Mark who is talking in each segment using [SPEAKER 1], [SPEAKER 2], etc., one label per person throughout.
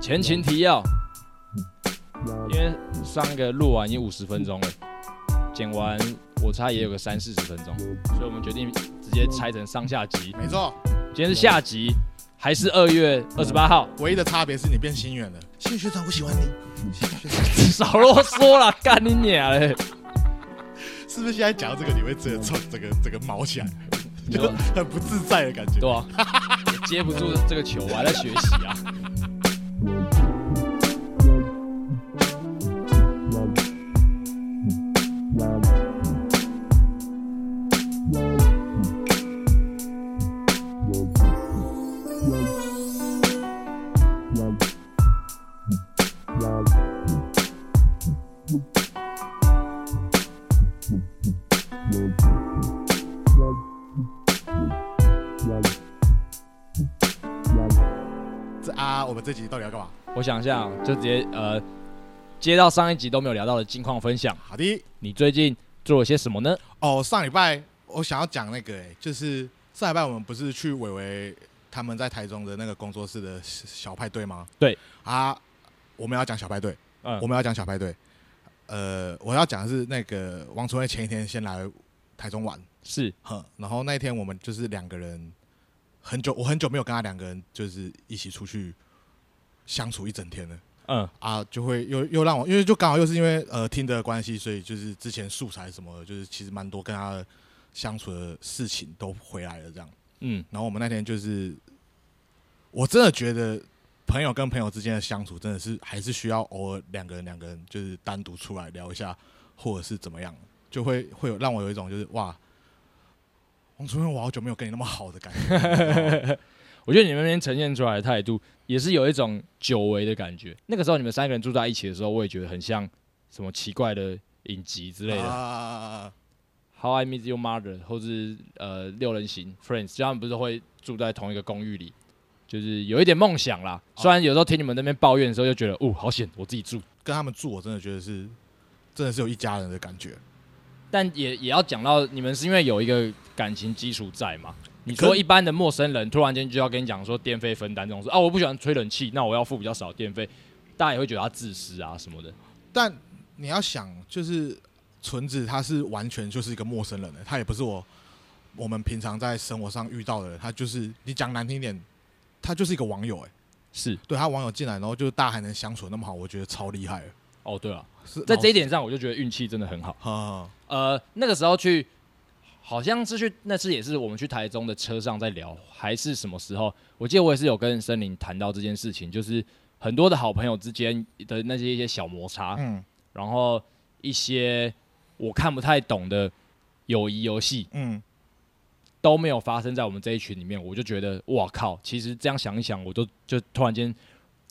[SPEAKER 1] 前情提要，因为上一个录完已经五十分钟了，剪完我猜也有个三四十分钟，所以我们决定直接拆成上下集。
[SPEAKER 2] 没错，
[SPEAKER 1] 今天是下集，还是二月二十八号？
[SPEAKER 2] 唯一的差别是你变心远了。谢学长，我喜欢你。
[SPEAKER 1] 少啰嗦啦，干你娘嘞！
[SPEAKER 2] 是不是现在讲到这个你会这这这个这个毛起来，
[SPEAKER 1] 你
[SPEAKER 2] 就
[SPEAKER 1] 说
[SPEAKER 2] 很不自在的感觉？
[SPEAKER 1] 对吧、啊我 接不住这个球，我还在学习啊。
[SPEAKER 2] 这啊，我们这集到底要干嘛？
[SPEAKER 1] 我想一下啊，就直接呃，接到上一集都没有聊到的近况分享，
[SPEAKER 2] 好的，
[SPEAKER 1] 你最近做了些什么呢？
[SPEAKER 2] 哦，上礼拜我想要讲那个、欸，就是上礼拜我们不是去伟伟他们在台中的那个工作室的小小派对吗？
[SPEAKER 1] 对
[SPEAKER 2] 啊，我们要讲小派对，
[SPEAKER 1] 嗯
[SPEAKER 2] 我们要讲小派对。呃，我要讲的是那个王春慧前一天先来台中玩，
[SPEAKER 1] 是
[SPEAKER 2] 哼，然后那一天我们就是两个人，很久我很久没有跟他两个人就是一起出去相处一整天了
[SPEAKER 1] 嗯
[SPEAKER 2] 啊，就会又又让我，因为就刚好又是因为呃听的关系，所以就是之前素材什么的，就是其实蛮多跟他的相处的事情都回来了这样。
[SPEAKER 1] 嗯，
[SPEAKER 2] 然后我们那天就是，我真的觉得朋友跟朋友之间的相处真的是还是需要偶尔两个人两个人就是单独出来聊一下，或者是怎么样，就会会有让我有一种就是哇，王春文，我好久没有跟你那么好的感觉。
[SPEAKER 1] 我觉得你们那边呈现出来的态度，也是有一种久违的感觉。那个时候你们三个人住在一起的时候，我也觉得很像什么奇怪的影集之类的，
[SPEAKER 2] 啊，
[SPEAKER 1] How I Met Your Mother》或是呃六人行 Friends，就他们不是会住在同一个公寓里，就是有一点梦想啦。
[SPEAKER 2] 哦
[SPEAKER 1] 虽然有时候听你们那边抱怨的时候，就觉得哦好险，我自己住。
[SPEAKER 2] 跟他们住，我真的觉得是真的是有一家人的感觉。
[SPEAKER 1] 但也也要讲到，你们是因为有一个感情基础在嘛？你
[SPEAKER 2] 可
[SPEAKER 1] 说一般的陌生人突然间就要跟你讲说电费分担这种事啊，我不喜欢吹冷气，那我要付比较少的电费，大家也会觉得他自私啊什么的。
[SPEAKER 2] 但你要想，就是纯子他是完全就是一个陌生人的，他也不是我我们平常在生活上遇到的人，他就是你讲难听一点，他就是一个网友哎、
[SPEAKER 1] 是
[SPEAKER 2] 对他网友进来，然后就是大家还能相处得那么好，我觉得超厉害的。
[SPEAKER 1] 哦，对了，
[SPEAKER 2] 是
[SPEAKER 1] 在这一点上，我就觉得运气真的很好。
[SPEAKER 2] 啊，
[SPEAKER 1] 呃，那个时候去，好像是去那次也是我们去台中的车上在聊，还是什么时候？我记得我也是有跟森林谈到这件事情，就是很多的好朋友之间的那些一些小摩擦，
[SPEAKER 2] 嗯
[SPEAKER 1] 然后一些我看不太懂的友谊游戏
[SPEAKER 2] 嗯，
[SPEAKER 1] 都没有发生在我们这一群里面，我就觉得哇靠！其实这样想一想，我都就突然间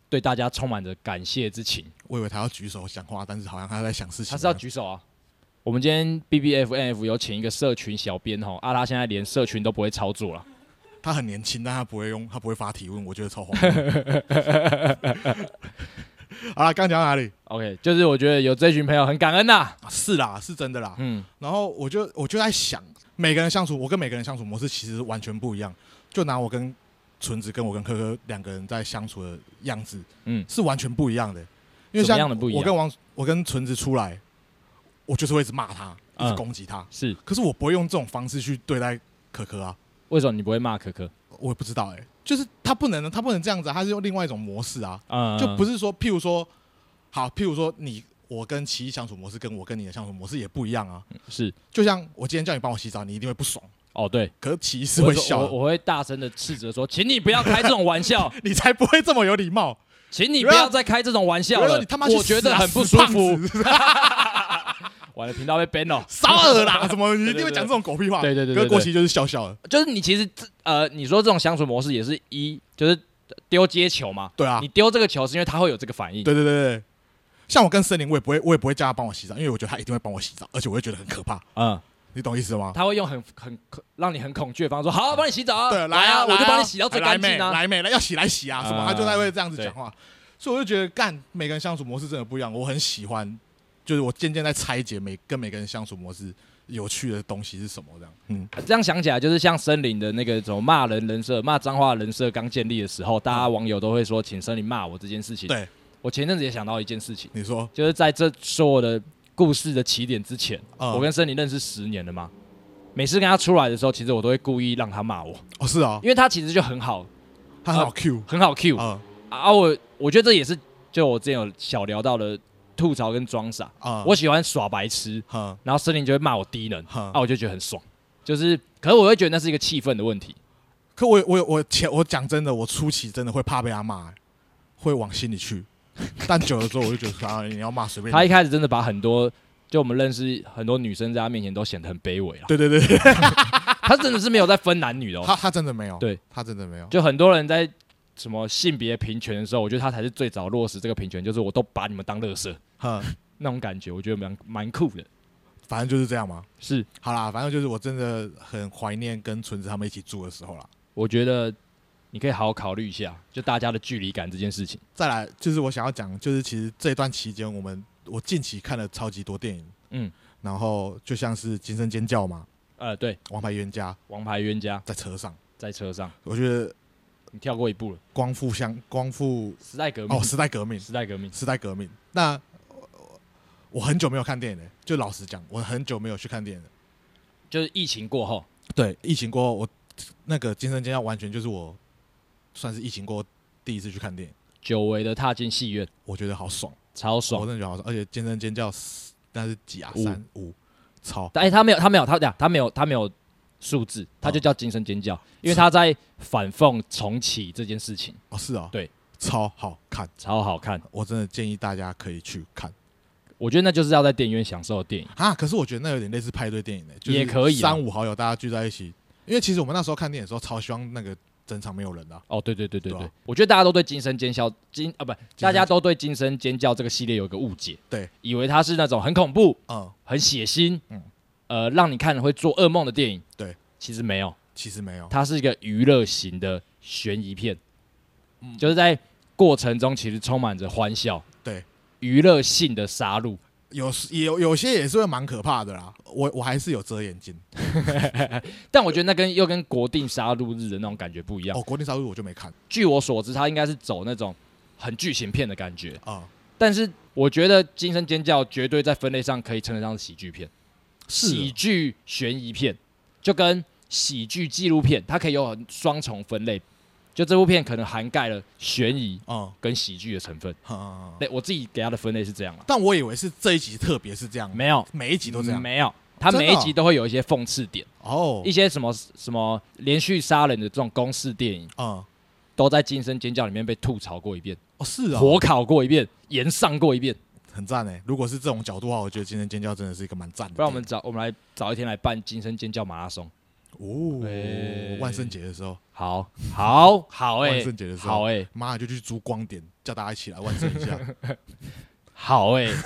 [SPEAKER 1] 对大家充满着感谢之情。
[SPEAKER 2] 我以为他要举手讲话，但是好像他在想事情。
[SPEAKER 1] 他是要举手啊。我们今天 B B F N F 有请一个社群小编吼，阿、拉现在连社群都不会操作了。
[SPEAKER 2] 他很年轻，但他不会用，他不会发提问，我觉得 超荒谬。 好啦，刚讲到哪里？
[SPEAKER 1] OK，就是我觉得有这群朋友很感恩呐、
[SPEAKER 2] 啊是啦，是真的啦。
[SPEAKER 1] 嗯，
[SPEAKER 2] 然后我就我就在想，每个人相处，我跟每个人相处模式其实完全不一样。就拿我跟纯子跟我跟科科两个人在相处的样子，
[SPEAKER 1] 嗯
[SPEAKER 2] 是完全不一样的。因为
[SPEAKER 1] 怎么
[SPEAKER 2] 像
[SPEAKER 1] 样的不一样
[SPEAKER 2] 我跟王，我跟纯子出来，我就是会一直骂他，一直
[SPEAKER 1] 嗯
[SPEAKER 2] 攻击他。
[SPEAKER 1] 是
[SPEAKER 2] 可是我不会用这种方式去对待可可啊，
[SPEAKER 1] 为什么你不会骂可可？
[SPEAKER 2] 我也不知道哎、就是他不能，他不能这样子、啊，他是用另外一种模式啊。
[SPEAKER 1] 嗯，
[SPEAKER 2] 就不
[SPEAKER 1] 是
[SPEAKER 2] 是说，譬如说，好，譬如说你我跟奇异相处模式跟我跟你的相处模式也不一样啊。
[SPEAKER 1] 嗯是
[SPEAKER 2] 就像我今天叫你帮我洗澡，你一定会不爽，
[SPEAKER 1] 哦，对，
[SPEAKER 2] 可是奇异是会
[SPEAKER 1] 我
[SPEAKER 2] 笑
[SPEAKER 1] 我
[SPEAKER 2] 的，
[SPEAKER 1] 我会大声的斥责说，请你不要开这种玩笑，
[SPEAKER 2] 你才不会这么有礼貌。
[SPEAKER 1] 请你不要再开这种玩笑
[SPEAKER 2] 我说
[SPEAKER 1] 了，
[SPEAKER 2] 你他妈去
[SPEAKER 1] 我觉
[SPEAKER 2] 死
[SPEAKER 1] 得
[SPEAKER 2] 啊
[SPEAKER 1] 很不舒服。，我的频道被 ban 了，
[SPEAKER 2] 骚耳啦，怎么你一
[SPEAKER 1] 对
[SPEAKER 2] 定
[SPEAKER 1] 对
[SPEAKER 2] 会
[SPEAKER 1] 对
[SPEAKER 2] 讲这种狗屁话？
[SPEAKER 1] 对对对对
[SPEAKER 2] 可是
[SPEAKER 1] 对
[SPEAKER 2] 过期就是笑笑的，
[SPEAKER 1] 就是你其实这呃，你说这种相处模式也是一就是丢接球嘛，
[SPEAKER 2] 对啊
[SPEAKER 1] 你，丢这个球是因为他会有这个反应，
[SPEAKER 2] 对对对对。像我跟森林，我也不会，我也不会叫他帮我洗澡，因为我觉得他一定会帮我洗澡，而且我会觉得很可怕，
[SPEAKER 1] 嗯，
[SPEAKER 2] 你懂意思吗？
[SPEAKER 1] 他会用很很让你很恐惧的方式说，好，我帮你洗澡啊，
[SPEAKER 2] 对，
[SPEAKER 1] 来
[SPEAKER 2] 啊，
[SPEAKER 1] 我就
[SPEAKER 2] 来
[SPEAKER 1] 帮你洗到最干净
[SPEAKER 2] 来妹
[SPEAKER 1] 啊，
[SPEAKER 2] 来美，来要洗来洗啊，什么，
[SPEAKER 1] 啊
[SPEAKER 2] 他就在会这样子讲话，所以我就觉得干每个人相处模式真的不一样，我很喜欢，就是我渐渐在拆解每跟每个人相处模式有趣的东西是什么这样，嗯，
[SPEAKER 1] 这样想起来，就是像森林的那个什么骂人人设、骂脏话人设刚建立的时候，大家网友都会说请森林骂我这件事情。
[SPEAKER 2] 对，
[SPEAKER 1] 我前阵子也想到一件事情，
[SPEAKER 2] 你说
[SPEAKER 1] 就是在这所有的故事的起点之前，
[SPEAKER 2] 嗯
[SPEAKER 1] 我跟森林认识十年了嘛。每次跟他出来的时候，其实我都会故意让他骂我，
[SPEAKER 2] 哦是啊，
[SPEAKER 1] 因为他其实就很好，
[SPEAKER 2] 他很好 Q
[SPEAKER 1] 很好呃 Q
[SPEAKER 2] 啊
[SPEAKER 1] 啊。我我觉得这也是就我之前有小聊到的吐槽跟装傻，
[SPEAKER 2] 啊，
[SPEAKER 1] 我喜欢耍白痴，
[SPEAKER 2] 哈
[SPEAKER 1] 然后森林就会骂我低能，
[SPEAKER 2] 哈
[SPEAKER 1] 啊，我就觉得很爽。就是，可是我会觉得那是一个气氛的问题。
[SPEAKER 2] 可我我我前我讲真的，我初期真的会怕被他骂，会往心里去，但久了之后我就觉得啊，你要骂随便你，
[SPEAKER 1] 他一开始真的把很多就我们认识很多女生在他面前都显得很卑微了。
[SPEAKER 2] 对对对，
[SPEAKER 1] 他真的是没有在分男女的、哦，
[SPEAKER 2] 他他真的没有，
[SPEAKER 1] 对，
[SPEAKER 2] 他真的没有，
[SPEAKER 1] 就很多人在什么性别平权的时候，我觉得他才是最早落实这个平权，就是我都把你们当垃圾
[SPEAKER 2] 哈，
[SPEAKER 1] 那种感觉，我觉得蛮蛮酷的。
[SPEAKER 2] 反正就是这样嘛。
[SPEAKER 1] 是，
[SPEAKER 2] 好啦，反正就是我真的很怀念跟纯子他们一起住的时候啦。
[SPEAKER 1] 我觉得你可以好好考虑一下，就大家的距离感这件事情。
[SPEAKER 2] 再来就是我想要讲，就是其实这段期间，我们我近期看了超级多电影，
[SPEAKER 1] 嗯，
[SPEAKER 2] 然后就像是《惊声尖叫》嘛，
[SPEAKER 1] 呃，对，
[SPEAKER 2] 《王牌冤家》
[SPEAKER 1] 王牌冤家
[SPEAKER 2] 在车上，
[SPEAKER 1] 在车上，
[SPEAKER 2] 我觉得
[SPEAKER 1] 你跳过一步了，
[SPEAKER 2] 光复相光复
[SPEAKER 1] 时代革命，
[SPEAKER 2] 哦，时代 革命，
[SPEAKER 1] 时代革命，
[SPEAKER 2] 时代革命。那我我很久没有看电影了，就老实讲，我很久没有去看电影了。
[SPEAKER 1] 就是疫情过后，
[SPEAKER 2] 对，疫情过后，我那个《惊声尖叫》完全就是我算是疫情过后第一次去看电影，
[SPEAKER 1] 久违的踏进戏院，
[SPEAKER 2] 我觉得好爽。
[SPEAKER 1] 超
[SPEAKER 2] 我
[SPEAKER 1] 爽。
[SPEAKER 2] 真的觉得好爽，而且健身尖叫那是几啊？
[SPEAKER 1] 五
[SPEAKER 2] 三五，超
[SPEAKER 1] 哎、他没有，他没有，他俩他没有，他没有数字，他就叫惊声尖叫，因为他在反讽重启这件事情，
[SPEAKER 2] 哦是哦，
[SPEAKER 1] 对，
[SPEAKER 2] 超好看，
[SPEAKER 1] 超好看。
[SPEAKER 2] 我真的建议大家可以去看
[SPEAKER 1] 我觉得那就是要在电影院享受的电影。
[SPEAKER 2] 啊。可是我觉得那有点类似派对电影呢、欸就是
[SPEAKER 1] 也可以啊
[SPEAKER 2] 三五好友大家聚在一起，因为其实我们那时候看电影的时候超希望那个整场没有人的、啊，
[SPEAKER 1] 哦，对对对对对，
[SPEAKER 2] 对啊
[SPEAKER 1] 我觉得大家都对惊声尖叫惊啊不，大家
[SPEAKER 2] 尖
[SPEAKER 1] 都对惊声尖叫这个系列有一个误解，
[SPEAKER 2] 对，
[SPEAKER 1] 以为它是那种很恐怖、
[SPEAKER 2] 嗯，
[SPEAKER 1] 很血腥，
[SPEAKER 2] 嗯
[SPEAKER 1] 呃，让你看了会做噩梦的电影。
[SPEAKER 2] 对，
[SPEAKER 1] 其实没有，
[SPEAKER 2] 其实没有，
[SPEAKER 1] 它是一个娱乐型的悬疑片，
[SPEAKER 2] 嗯
[SPEAKER 1] 就是在过程中其实充满着欢笑，
[SPEAKER 2] 对，
[SPEAKER 1] 娱乐性的杀戮。
[SPEAKER 2] 有时也有有些也是会蛮可怕的啦。我我还是有遮眼睛
[SPEAKER 1] 但我觉得那跟又跟国定杀戮日的那种感觉不一样。
[SPEAKER 2] 哦，国定杀戮我就没看
[SPEAKER 1] 据我所知，它应该是走那种很剧情片的感觉，
[SPEAKER 2] 啊、
[SPEAKER 1] 但是我觉得《惊声尖叫》绝对在分类上可以称得上是喜剧片，
[SPEAKER 2] 是
[SPEAKER 1] 喜剧悬疑片，就跟喜剧纪录片，它可以有很双重分类。就这部片可能涵盖了悬疑
[SPEAKER 2] 嗯
[SPEAKER 1] 跟喜剧的成分，
[SPEAKER 2] 嗯嗯，嗯
[SPEAKER 1] 对我自己给它的分类是这样啊了。
[SPEAKER 2] 但我以为是这一集特别是这样，
[SPEAKER 1] 没有，
[SPEAKER 2] 每一集都这样
[SPEAKER 1] 没有，它
[SPEAKER 2] 真的
[SPEAKER 1] 每
[SPEAKER 2] 哦
[SPEAKER 1] 一集都会有一些讽刺点，
[SPEAKER 2] 哦
[SPEAKER 1] 一，些什么什么连续杀人的这种公式电影，
[SPEAKER 2] 嗯
[SPEAKER 1] 都在《惊声尖叫》里面被吐槽过一遍，
[SPEAKER 2] 哦是啊、哦，
[SPEAKER 1] 火烤过一遍，延上过一遍。
[SPEAKER 2] 很赞哎、如果是这种角度的话，我觉得今天尖叫真的是一个蛮赞的电影。
[SPEAKER 1] 不然我们找我们来找一天来办《惊声尖叫》马拉松。
[SPEAKER 2] 哦，
[SPEAKER 1] 哎
[SPEAKER 2] 万圣节的时候，
[SPEAKER 1] 好，好，好、欸，
[SPEAKER 2] 万圣节的时候
[SPEAKER 1] 好、欸，
[SPEAKER 2] 妈的就去租光点，叫大家一起来万圣一 下。
[SPEAKER 1] 好、欸，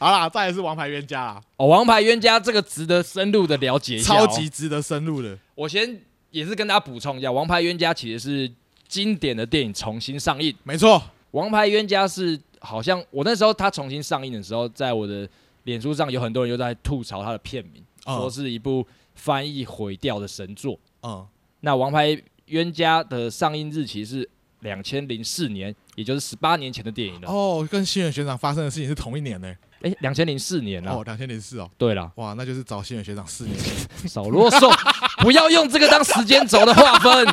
[SPEAKER 2] 好啦，再来是王牌冤家啦，
[SPEAKER 1] 哦，《王牌冤家》这个值得深入的了解一下、哦
[SPEAKER 2] 超级，值得深入的。
[SPEAKER 1] 我先也是跟大家补充一下，《王牌冤家》其实是经典的电影重新上映，《
[SPEAKER 2] 没错，
[SPEAKER 1] 王牌冤家》是好像我那时候它重新上映的时候，在我的脸书上有很多人又在吐槽它的片名，
[SPEAKER 2] 嗯
[SPEAKER 1] 说是一部翻译毁掉的神作。
[SPEAKER 2] 嗯，
[SPEAKER 1] 那《王牌冤家》的上映日期是两千零四年，也就是十八年前的电影了。
[SPEAKER 2] 哦，跟新远学长发生的事情是同一年呢、
[SPEAKER 1] 哎、2两千零四年了。
[SPEAKER 2] 哦，两千零四哦，
[SPEAKER 1] 对了，
[SPEAKER 2] 哇，那就是找新远学长四年。
[SPEAKER 1] 少啰嗦， 不要用这个当时间轴的划分。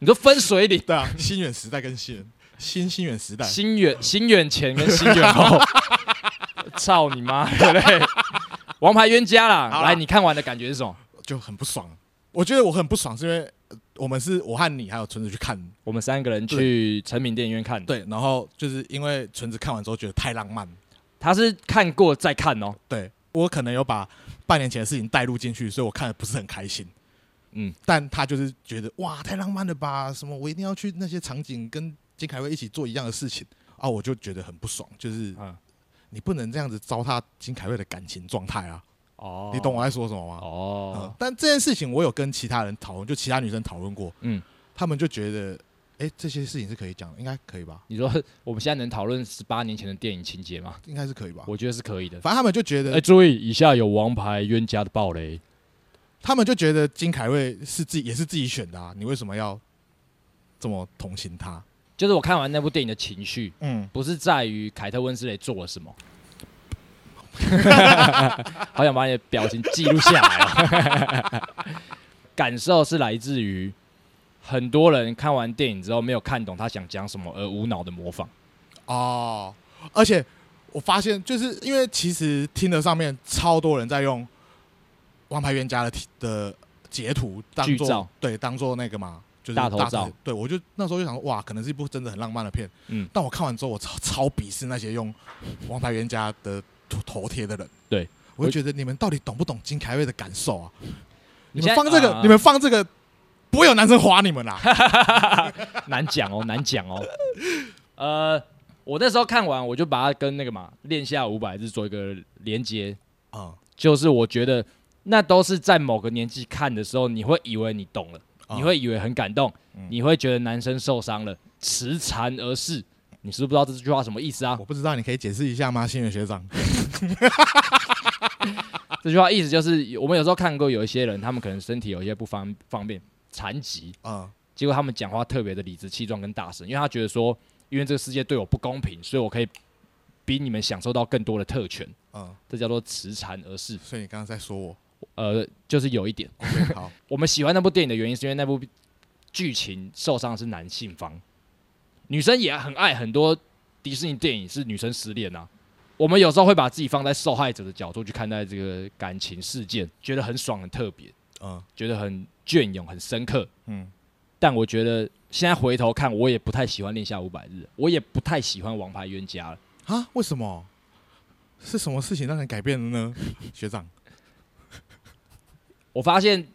[SPEAKER 1] 你说分水岭，
[SPEAKER 2] 对啊，新远时代跟新远新新源时代，
[SPEAKER 1] 心远心远前跟心远 后，操你妈的嘞！王牌冤家啦！
[SPEAKER 2] 好啦
[SPEAKER 1] 来，你看完的感觉是什么？
[SPEAKER 2] 就很不爽。我觉得我很不爽，是因为呃我们是我和你还有纯子去看，
[SPEAKER 1] 我们三个人去成品电影院看，，
[SPEAKER 2] 对，然后就是因为纯子看完之后觉得太浪漫，
[SPEAKER 1] 他是看过再看哦。
[SPEAKER 2] 对我可能有把半年前的事情带入进去，所以我看的不是很开心。
[SPEAKER 1] 嗯，
[SPEAKER 2] 但他就是觉得哇，太浪漫了吧？什么我一定要去那些场景跟金凯威一起做一样的事情啊，我就觉得很不爽，就是
[SPEAKER 1] 嗯，
[SPEAKER 2] 你不能这样子糟蹋金凯威的感情状态啊！
[SPEAKER 1] 哦，
[SPEAKER 2] 你懂我在说什么吗？嗯
[SPEAKER 1] 哦，，
[SPEAKER 2] 但这件事情我有跟其他人讨论，就其他女生讨论过，
[SPEAKER 1] 嗯，
[SPEAKER 2] 他们就觉得，哎、这些事情是可以讲的，应该可以吧？
[SPEAKER 1] 你说我们现在能讨论十八年前的电影情节吗？
[SPEAKER 2] 应该是可以吧？
[SPEAKER 1] 我觉得是可以的。
[SPEAKER 2] 反正他们就觉
[SPEAKER 1] 哎、
[SPEAKER 2] 得，
[SPEAKER 1] 注意，以下有王牌冤家的暴雷。
[SPEAKER 2] 他们就觉得金凯瑞是自己也是自己选的啊，你为什么要这么同情他？
[SPEAKER 1] 就是我看完那部电影的情绪，
[SPEAKER 2] 嗯，
[SPEAKER 1] 不是在于凯特温斯雷做了 什么。好想把你的表情记录下来啊！感受是来自于很多人看完电影之后没有看懂他想讲什么而无脑的模仿。
[SPEAKER 2] 哦，而且我发现，就是因为其实听的上面超多人在用《王牌冤家的》的截图当
[SPEAKER 1] 剧照
[SPEAKER 2] 做对，当做那个嘛，就是
[SPEAKER 1] 大头照
[SPEAKER 2] 头。对我就那时候就想说，哇，可能是一部真的很浪漫的片。
[SPEAKER 1] 嗯
[SPEAKER 2] 但我看完之后，我超超鄙视那些用《王牌冤家》的图头贴的人。
[SPEAKER 1] 对。
[SPEAKER 2] 我就觉得你们到底懂不懂金凯瑞的感受啊？你
[SPEAKER 1] 现在
[SPEAKER 2] 们放这个，
[SPEAKER 1] 啊
[SPEAKER 2] 你们放这个，不会有男生划你们 啦。
[SPEAKER 1] 难讲哦，难讲哦。呃，我那时候看完，我就把它跟那个嘛《恋下五百日》做一个连接，
[SPEAKER 2] 啊，
[SPEAKER 1] 就是我觉得那都是在某个年纪看的时候，你会以为你懂了，
[SPEAKER 2] 啊
[SPEAKER 1] 你会以为很感动，你会觉得男生受伤了，持残而逝。你是不是不知道这句话什么意思啊
[SPEAKER 2] 我？不知道，你可以解释一下吗，新源学长？
[SPEAKER 1] 这句话意思就是，我们有时候看过有一些人，他们可能身体有一些不方方便，残疾，
[SPEAKER 2] 啊
[SPEAKER 1] 结果他们讲话特别的理直气壮跟大声，因为他觉得说，因为这个世界对我不公平，所以我可以比你们享受到更多的特权，
[SPEAKER 2] 啊，
[SPEAKER 1] 这叫做持残而逝。
[SPEAKER 2] 所以你刚刚在说 我。
[SPEAKER 1] 呃，就是有一点，
[SPEAKER 2] OK，好，
[SPEAKER 1] 我们喜欢那部电影的原因，是因为那部剧情受伤的是男性方，女生也很爱很多迪士尼电影是女生失恋啊。我们有时候会把自己放在受害者的角度去看待这个感情事件，觉得很爽、很特别，
[SPEAKER 2] 嗯
[SPEAKER 1] 觉得很隽永、很深刻。
[SPEAKER 2] 嗯，
[SPEAKER 1] 但我觉得现在回头看，我也不太喜欢《恋下五百日》，我也不太喜欢《王牌冤家》了。
[SPEAKER 2] 啊，为什么？是什么事情让人改变了呢？学长，
[SPEAKER 1] 我发现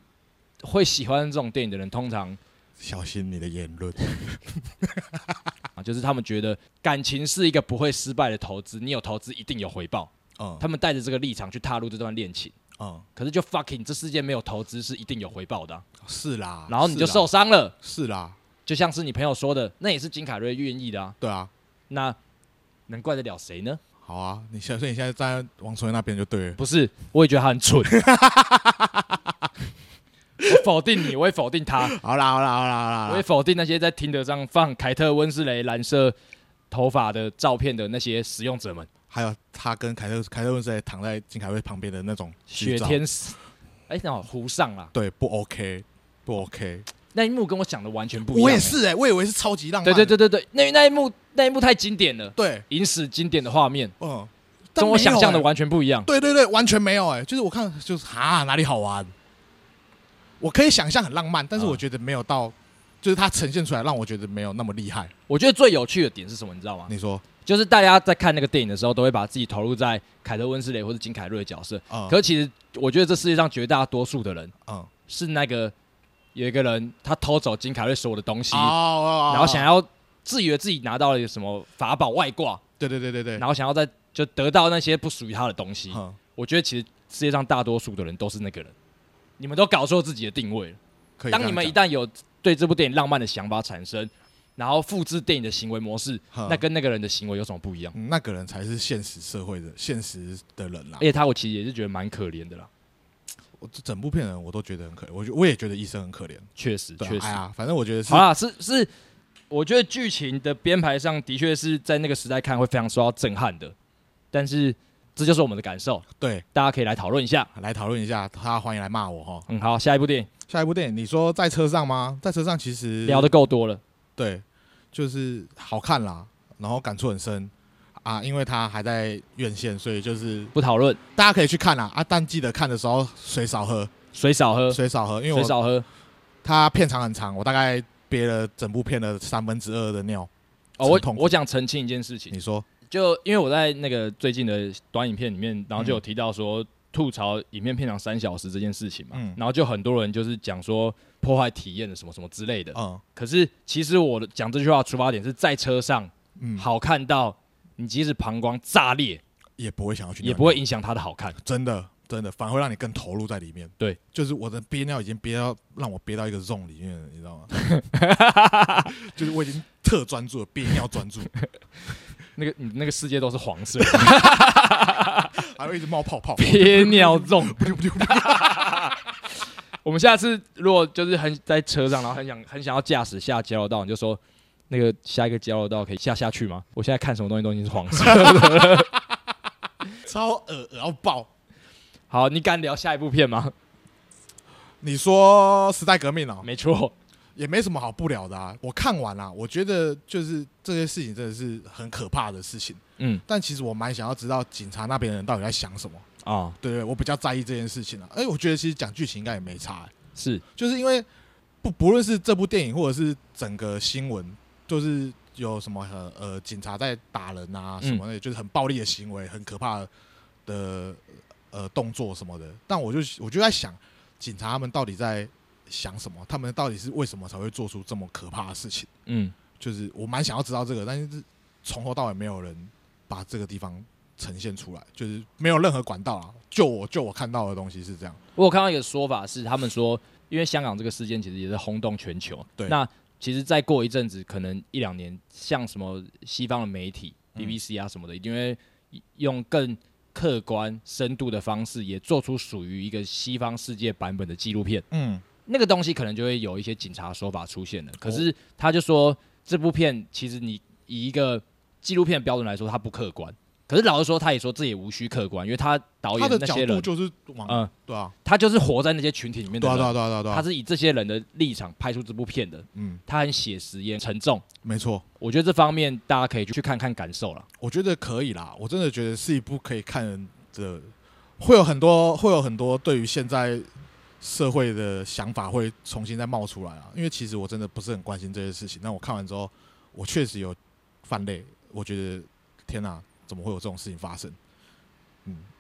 [SPEAKER 1] 会喜欢这种电影的人，通常
[SPEAKER 2] 小心你的言论。
[SPEAKER 1] 啊，就是他们觉得感情是一个不会失败的投资，你有投资一定有回报。
[SPEAKER 2] 嗯
[SPEAKER 1] 他们带着这个立场去踏入这段恋情，
[SPEAKER 2] 嗯，
[SPEAKER 1] 可是就 fucking 这世界没有投资是一定有回报的啊、
[SPEAKER 2] 是啊啦。
[SPEAKER 1] 然后你就是
[SPEAKER 2] 啦
[SPEAKER 1] 受伤了，
[SPEAKER 2] 是啦，
[SPEAKER 1] 就像是你朋友说的，那也是金凯瑞愿意的啊，
[SPEAKER 2] 对啊，
[SPEAKER 1] 那能怪得了谁呢？
[SPEAKER 2] 好啊，你现所以你现在站在王春那边就对了。
[SPEAKER 1] 不是，我也觉得他很蠢， 我否定你，我也否定他，
[SPEAKER 2] 好啦好啦好啦好啦，
[SPEAKER 1] 我也否定那些在听得上放凯特温斯雷蓝色头发的照片的那些使用者们，
[SPEAKER 2] 还有他跟凯特凯特温斯莱躺在金凯瑞旁边的那种剧
[SPEAKER 1] 雪
[SPEAKER 2] 照，
[SPEAKER 1] 天使，哎、那好湖上啦，
[SPEAKER 2] 对不 OK 不 OK，
[SPEAKER 1] 那一幕跟我想的完全不一样、
[SPEAKER 2] 我也
[SPEAKER 1] 哎，
[SPEAKER 2] 是哎、我以为是超级浪漫
[SPEAKER 1] 对
[SPEAKER 2] 的，
[SPEAKER 1] 对对对对，那那一幕那一幕太经典了。
[SPEAKER 2] 对，
[SPEAKER 1] 影史经典的画面，
[SPEAKER 2] 嗯，但
[SPEAKER 1] 跟我想
[SPEAKER 2] 没有
[SPEAKER 1] 象的
[SPEAKER 2] 哎
[SPEAKER 1] 完全不一样。
[SPEAKER 2] 对对对，完全没有哎、就是我看就是哈哪里好玩，我可以想象很浪漫，但是
[SPEAKER 1] 嗯
[SPEAKER 2] 我觉得没有到，就是它呈现出来让我觉得没有那么厉害。
[SPEAKER 1] 我觉得最有趣的点是什么，你知道吗？
[SPEAKER 2] 你说
[SPEAKER 1] 就是大家在看那个电影的时候，都会把自己投入在凯特温斯雷或者金凯瑞的角色。
[SPEAKER 2] 啊，
[SPEAKER 1] 可其实，我觉得这世界上绝大多数的人
[SPEAKER 2] 嗯，
[SPEAKER 1] 是那个有一个人他偷走金凯瑞所有的东西，
[SPEAKER 2] 哦
[SPEAKER 1] 然后想
[SPEAKER 2] 要，
[SPEAKER 1] 要自以为自己拿到了一个什么法宝外挂，
[SPEAKER 2] 对对对对对，
[SPEAKER 1] 然后想要再就得到那些不属于他的东西。
[SPEAKER 2] 嗯，
[SPEAKER 1] 我觉得其实世界上大多数的人都是那个人，你们都搞错自己的定位了。
[SPEAKER 2] 可以这样讲。
[SPEAKER 1] 当你们一旦有对这部电影浪漫的想法产生，然后复制电影的行为模式，
[SPEAKER 2] 哼
[SPEAKER 1] 那跟那个人的行为有什么不一样？
[SPEAKER 2] 嗯那个人才是现实社会的现实的人啦
[SPEAKER 1] 而。且他我其实也是觉得蛮可怜的啦，
[SPEAKER 2] 我这整部片人我都觉得很可怜，我觉我也觉得医生很可怜。
[SPEAKER 1] 确实
[SPEAKER 2] 对啊
[SPEAKER 1] 确，实
[SPEAKER 2] 哎。呀，反正我觉得是
[SPEAKER 1] 好，啦，是是，我觉得剧情的编排上的确是在那个时代看会非常受到震撼的，但是这就是我们的感受，
[SPEAKER 2] 对，
[SPEAKER 1] 大家可以来讨论一下。
[SPEAKER 2] 来讨论一下，他欢迎来骂我哈。
[SPEAKER 1] 嗯，好，下一部电影
[SPEAKER 2] 下一部电影，你说在车上吗？在车上其实
[SPEAKER 1] 聊的够多了，
[SPEAKER 2] 对，就是好看啦，然后感触很深啊，因为它还在院线，所以就是
[SPEAKER 1] 不讨论，
[SPEAKER 2] 大家可以去看啦啊，但记得看的时候水少喝，
[SPEAKER 1] 水少喝，
[SPEAKER 2] 水少喝，因为
[SPEAKER 1] 水
[SPEAKER 2] 我
[SPEAKER 1] 少喝。
[SPEAKER 2] 它片长很长，我大概憋了整部片的三分之二的尿。
[SPEAKER 1] 哦，我
[SPEAKER 2] 很痛苦
[SPEAKER 1] 我想澄清一件事情，
[SPEAKER 2] 你说
[SPEAKER 1] 就因为我在那个最近的短影片里面，然后就有提到说吐槽影片片长三小时这件事情嘛，
[SPEAKER 2] 嗯
[SPEAKER 1] 然后就很多人就是讲说破坏体验的什么什么之类的。
[SPEAKER 2] 嗯
[SPEAKER 1] 可是其实我的讲这句话的出发点是在车上
[SPEAKER 2] 嗯，
[SPEAKER 1] 好看到你，即使膀胱炸裂
[SPEAKER 2] 也不会想要去尿
[SPEAKER 1] 也
[SPEAKER 2] 尿，
[SPEAKER 1] 不会影响它的好看。
[SPEAKER 2] 真的真的，反而会让你更投入在里面。
[SPEAKER 1] 对，
[SPEAKER 2] 就是我的憋尿已经憋到让我憋到一个 zone 里面了，你 知道吗？就是我已经特专注了，憋尿 专注，
[SPEAKER 1] 那个你那个世界都是黄色，
[SPEAKER 2] 还会一直冒泡泡。
[SPEAKER 1] 憋尿重。 我们下次如果就是很在车上，然后很想很想要驾驶下交流道，你就说那个下一个交流道可以下下去吗？我现在看什么东西都已经是黄色。
[SPEAKER 2] 超恶恶到爆！
[SPEAKER 1] 好，你敢聊下一部片吗？
[SPEAKER 2] 你说时代革命啊、
[SPEAKER 1] 没错，
[SPEAKER 2] 也没什么好不了的啊。我看完啦、我觉得就是这些事情真的是很可怕的事情。
[SPEAKER 1] 嗯
[SPEAKER 2] 但其实我蛮想要知道警察那边的人到底在想什么。
[SPEAKER 1] 啊、
[SPEAKER 2] 对对，我比较在意这件事情啊。哎，我觉得其实讲剧情应该也没差、啊
[SPEAKER 1] 是
[SPEAKER 2] 就是因为不不论是这部电影或者是整个新闻，就是有什么呃呃警察在打人啊
[SPEAKER 1] 嗯
[SPEAKER 2] 什么的，就是很暴力的行为，很可怕的呃动作什么的。但我就我就在想，警察他们到底在想什么？他们到底是为什么才会做出这么可怕的事情？
[SPEAKER 1] 嗯，
[SPEAKER 2] 就是我蛮想要知道这个，但是从头到尾没有人把这个地方呈现出来，就是没有任何管道啊。就我就我看到的东西是这样，
[SPEAKER 1] 我有看到一个说法是，他们说，因为香港这个事件其实也是轰动全球。
[SPEAKER 2] 对
[SPEAKER 1] 那其实再过一阵子，可能一两年，像什么西方的媒体、
[SPEAKER 2] 嗯
[SPEAKER 1] BBC 啊什么的，一定会用更客观、深度的方式，也做出属于一个西方世界版本的纪录片。
[SPEAKER 2] 嗯，
[SPEAKER 1] 那个东西可能就会有一些警察说法出
[SPEAKER 2] 哦
[SPEAKER 1] 现了。可是他就说，这部片其实你以一个纪录片的标准来说，它不客观。可是老实说，他也说这也无需客观，因为他导
[SPEAKER 2] 他
[SPEAKER 1] 演
[SPEAKER 2] 的
[SPEAKER 1] 那
[SPEAKER 2] 角
[SPEAKER 1] 些
[SPEAKER 2] 度
[SPEAKER 1] 人，
[SPEAKER 2] 就是往、
[SPEAKER 1] 嗯，
[SPEAKER 2] 对啊。
[SPEAKER 1] 他就是活在那些群体里面的
[SPEAKER 2] 对啊，
[SPEAKER 1] 人，
[SPEAKER 2] 对啊，对啊，对啊对啊，
[SPEAKER 1] 他是以这些人的立场拍出这部片的，
[SPEAKER 2] 嗯，
[SPEAKER 1] 他很写实也沉重。
[SPEAKER 2] 没错，
[SPEAKER 1] 我觉得这方面大家可以去看看感受了。
[SPEAKER 2] 我觉得可以啦，我真的觉得是一部可以看的，会有很多会有很多对于现在社会的想法会重新再冒出来啊，因为其实我真的不是很关心这些事情，但我看完之后，我确实有犯累，我觉得天哪、怎么会有这种事情发生？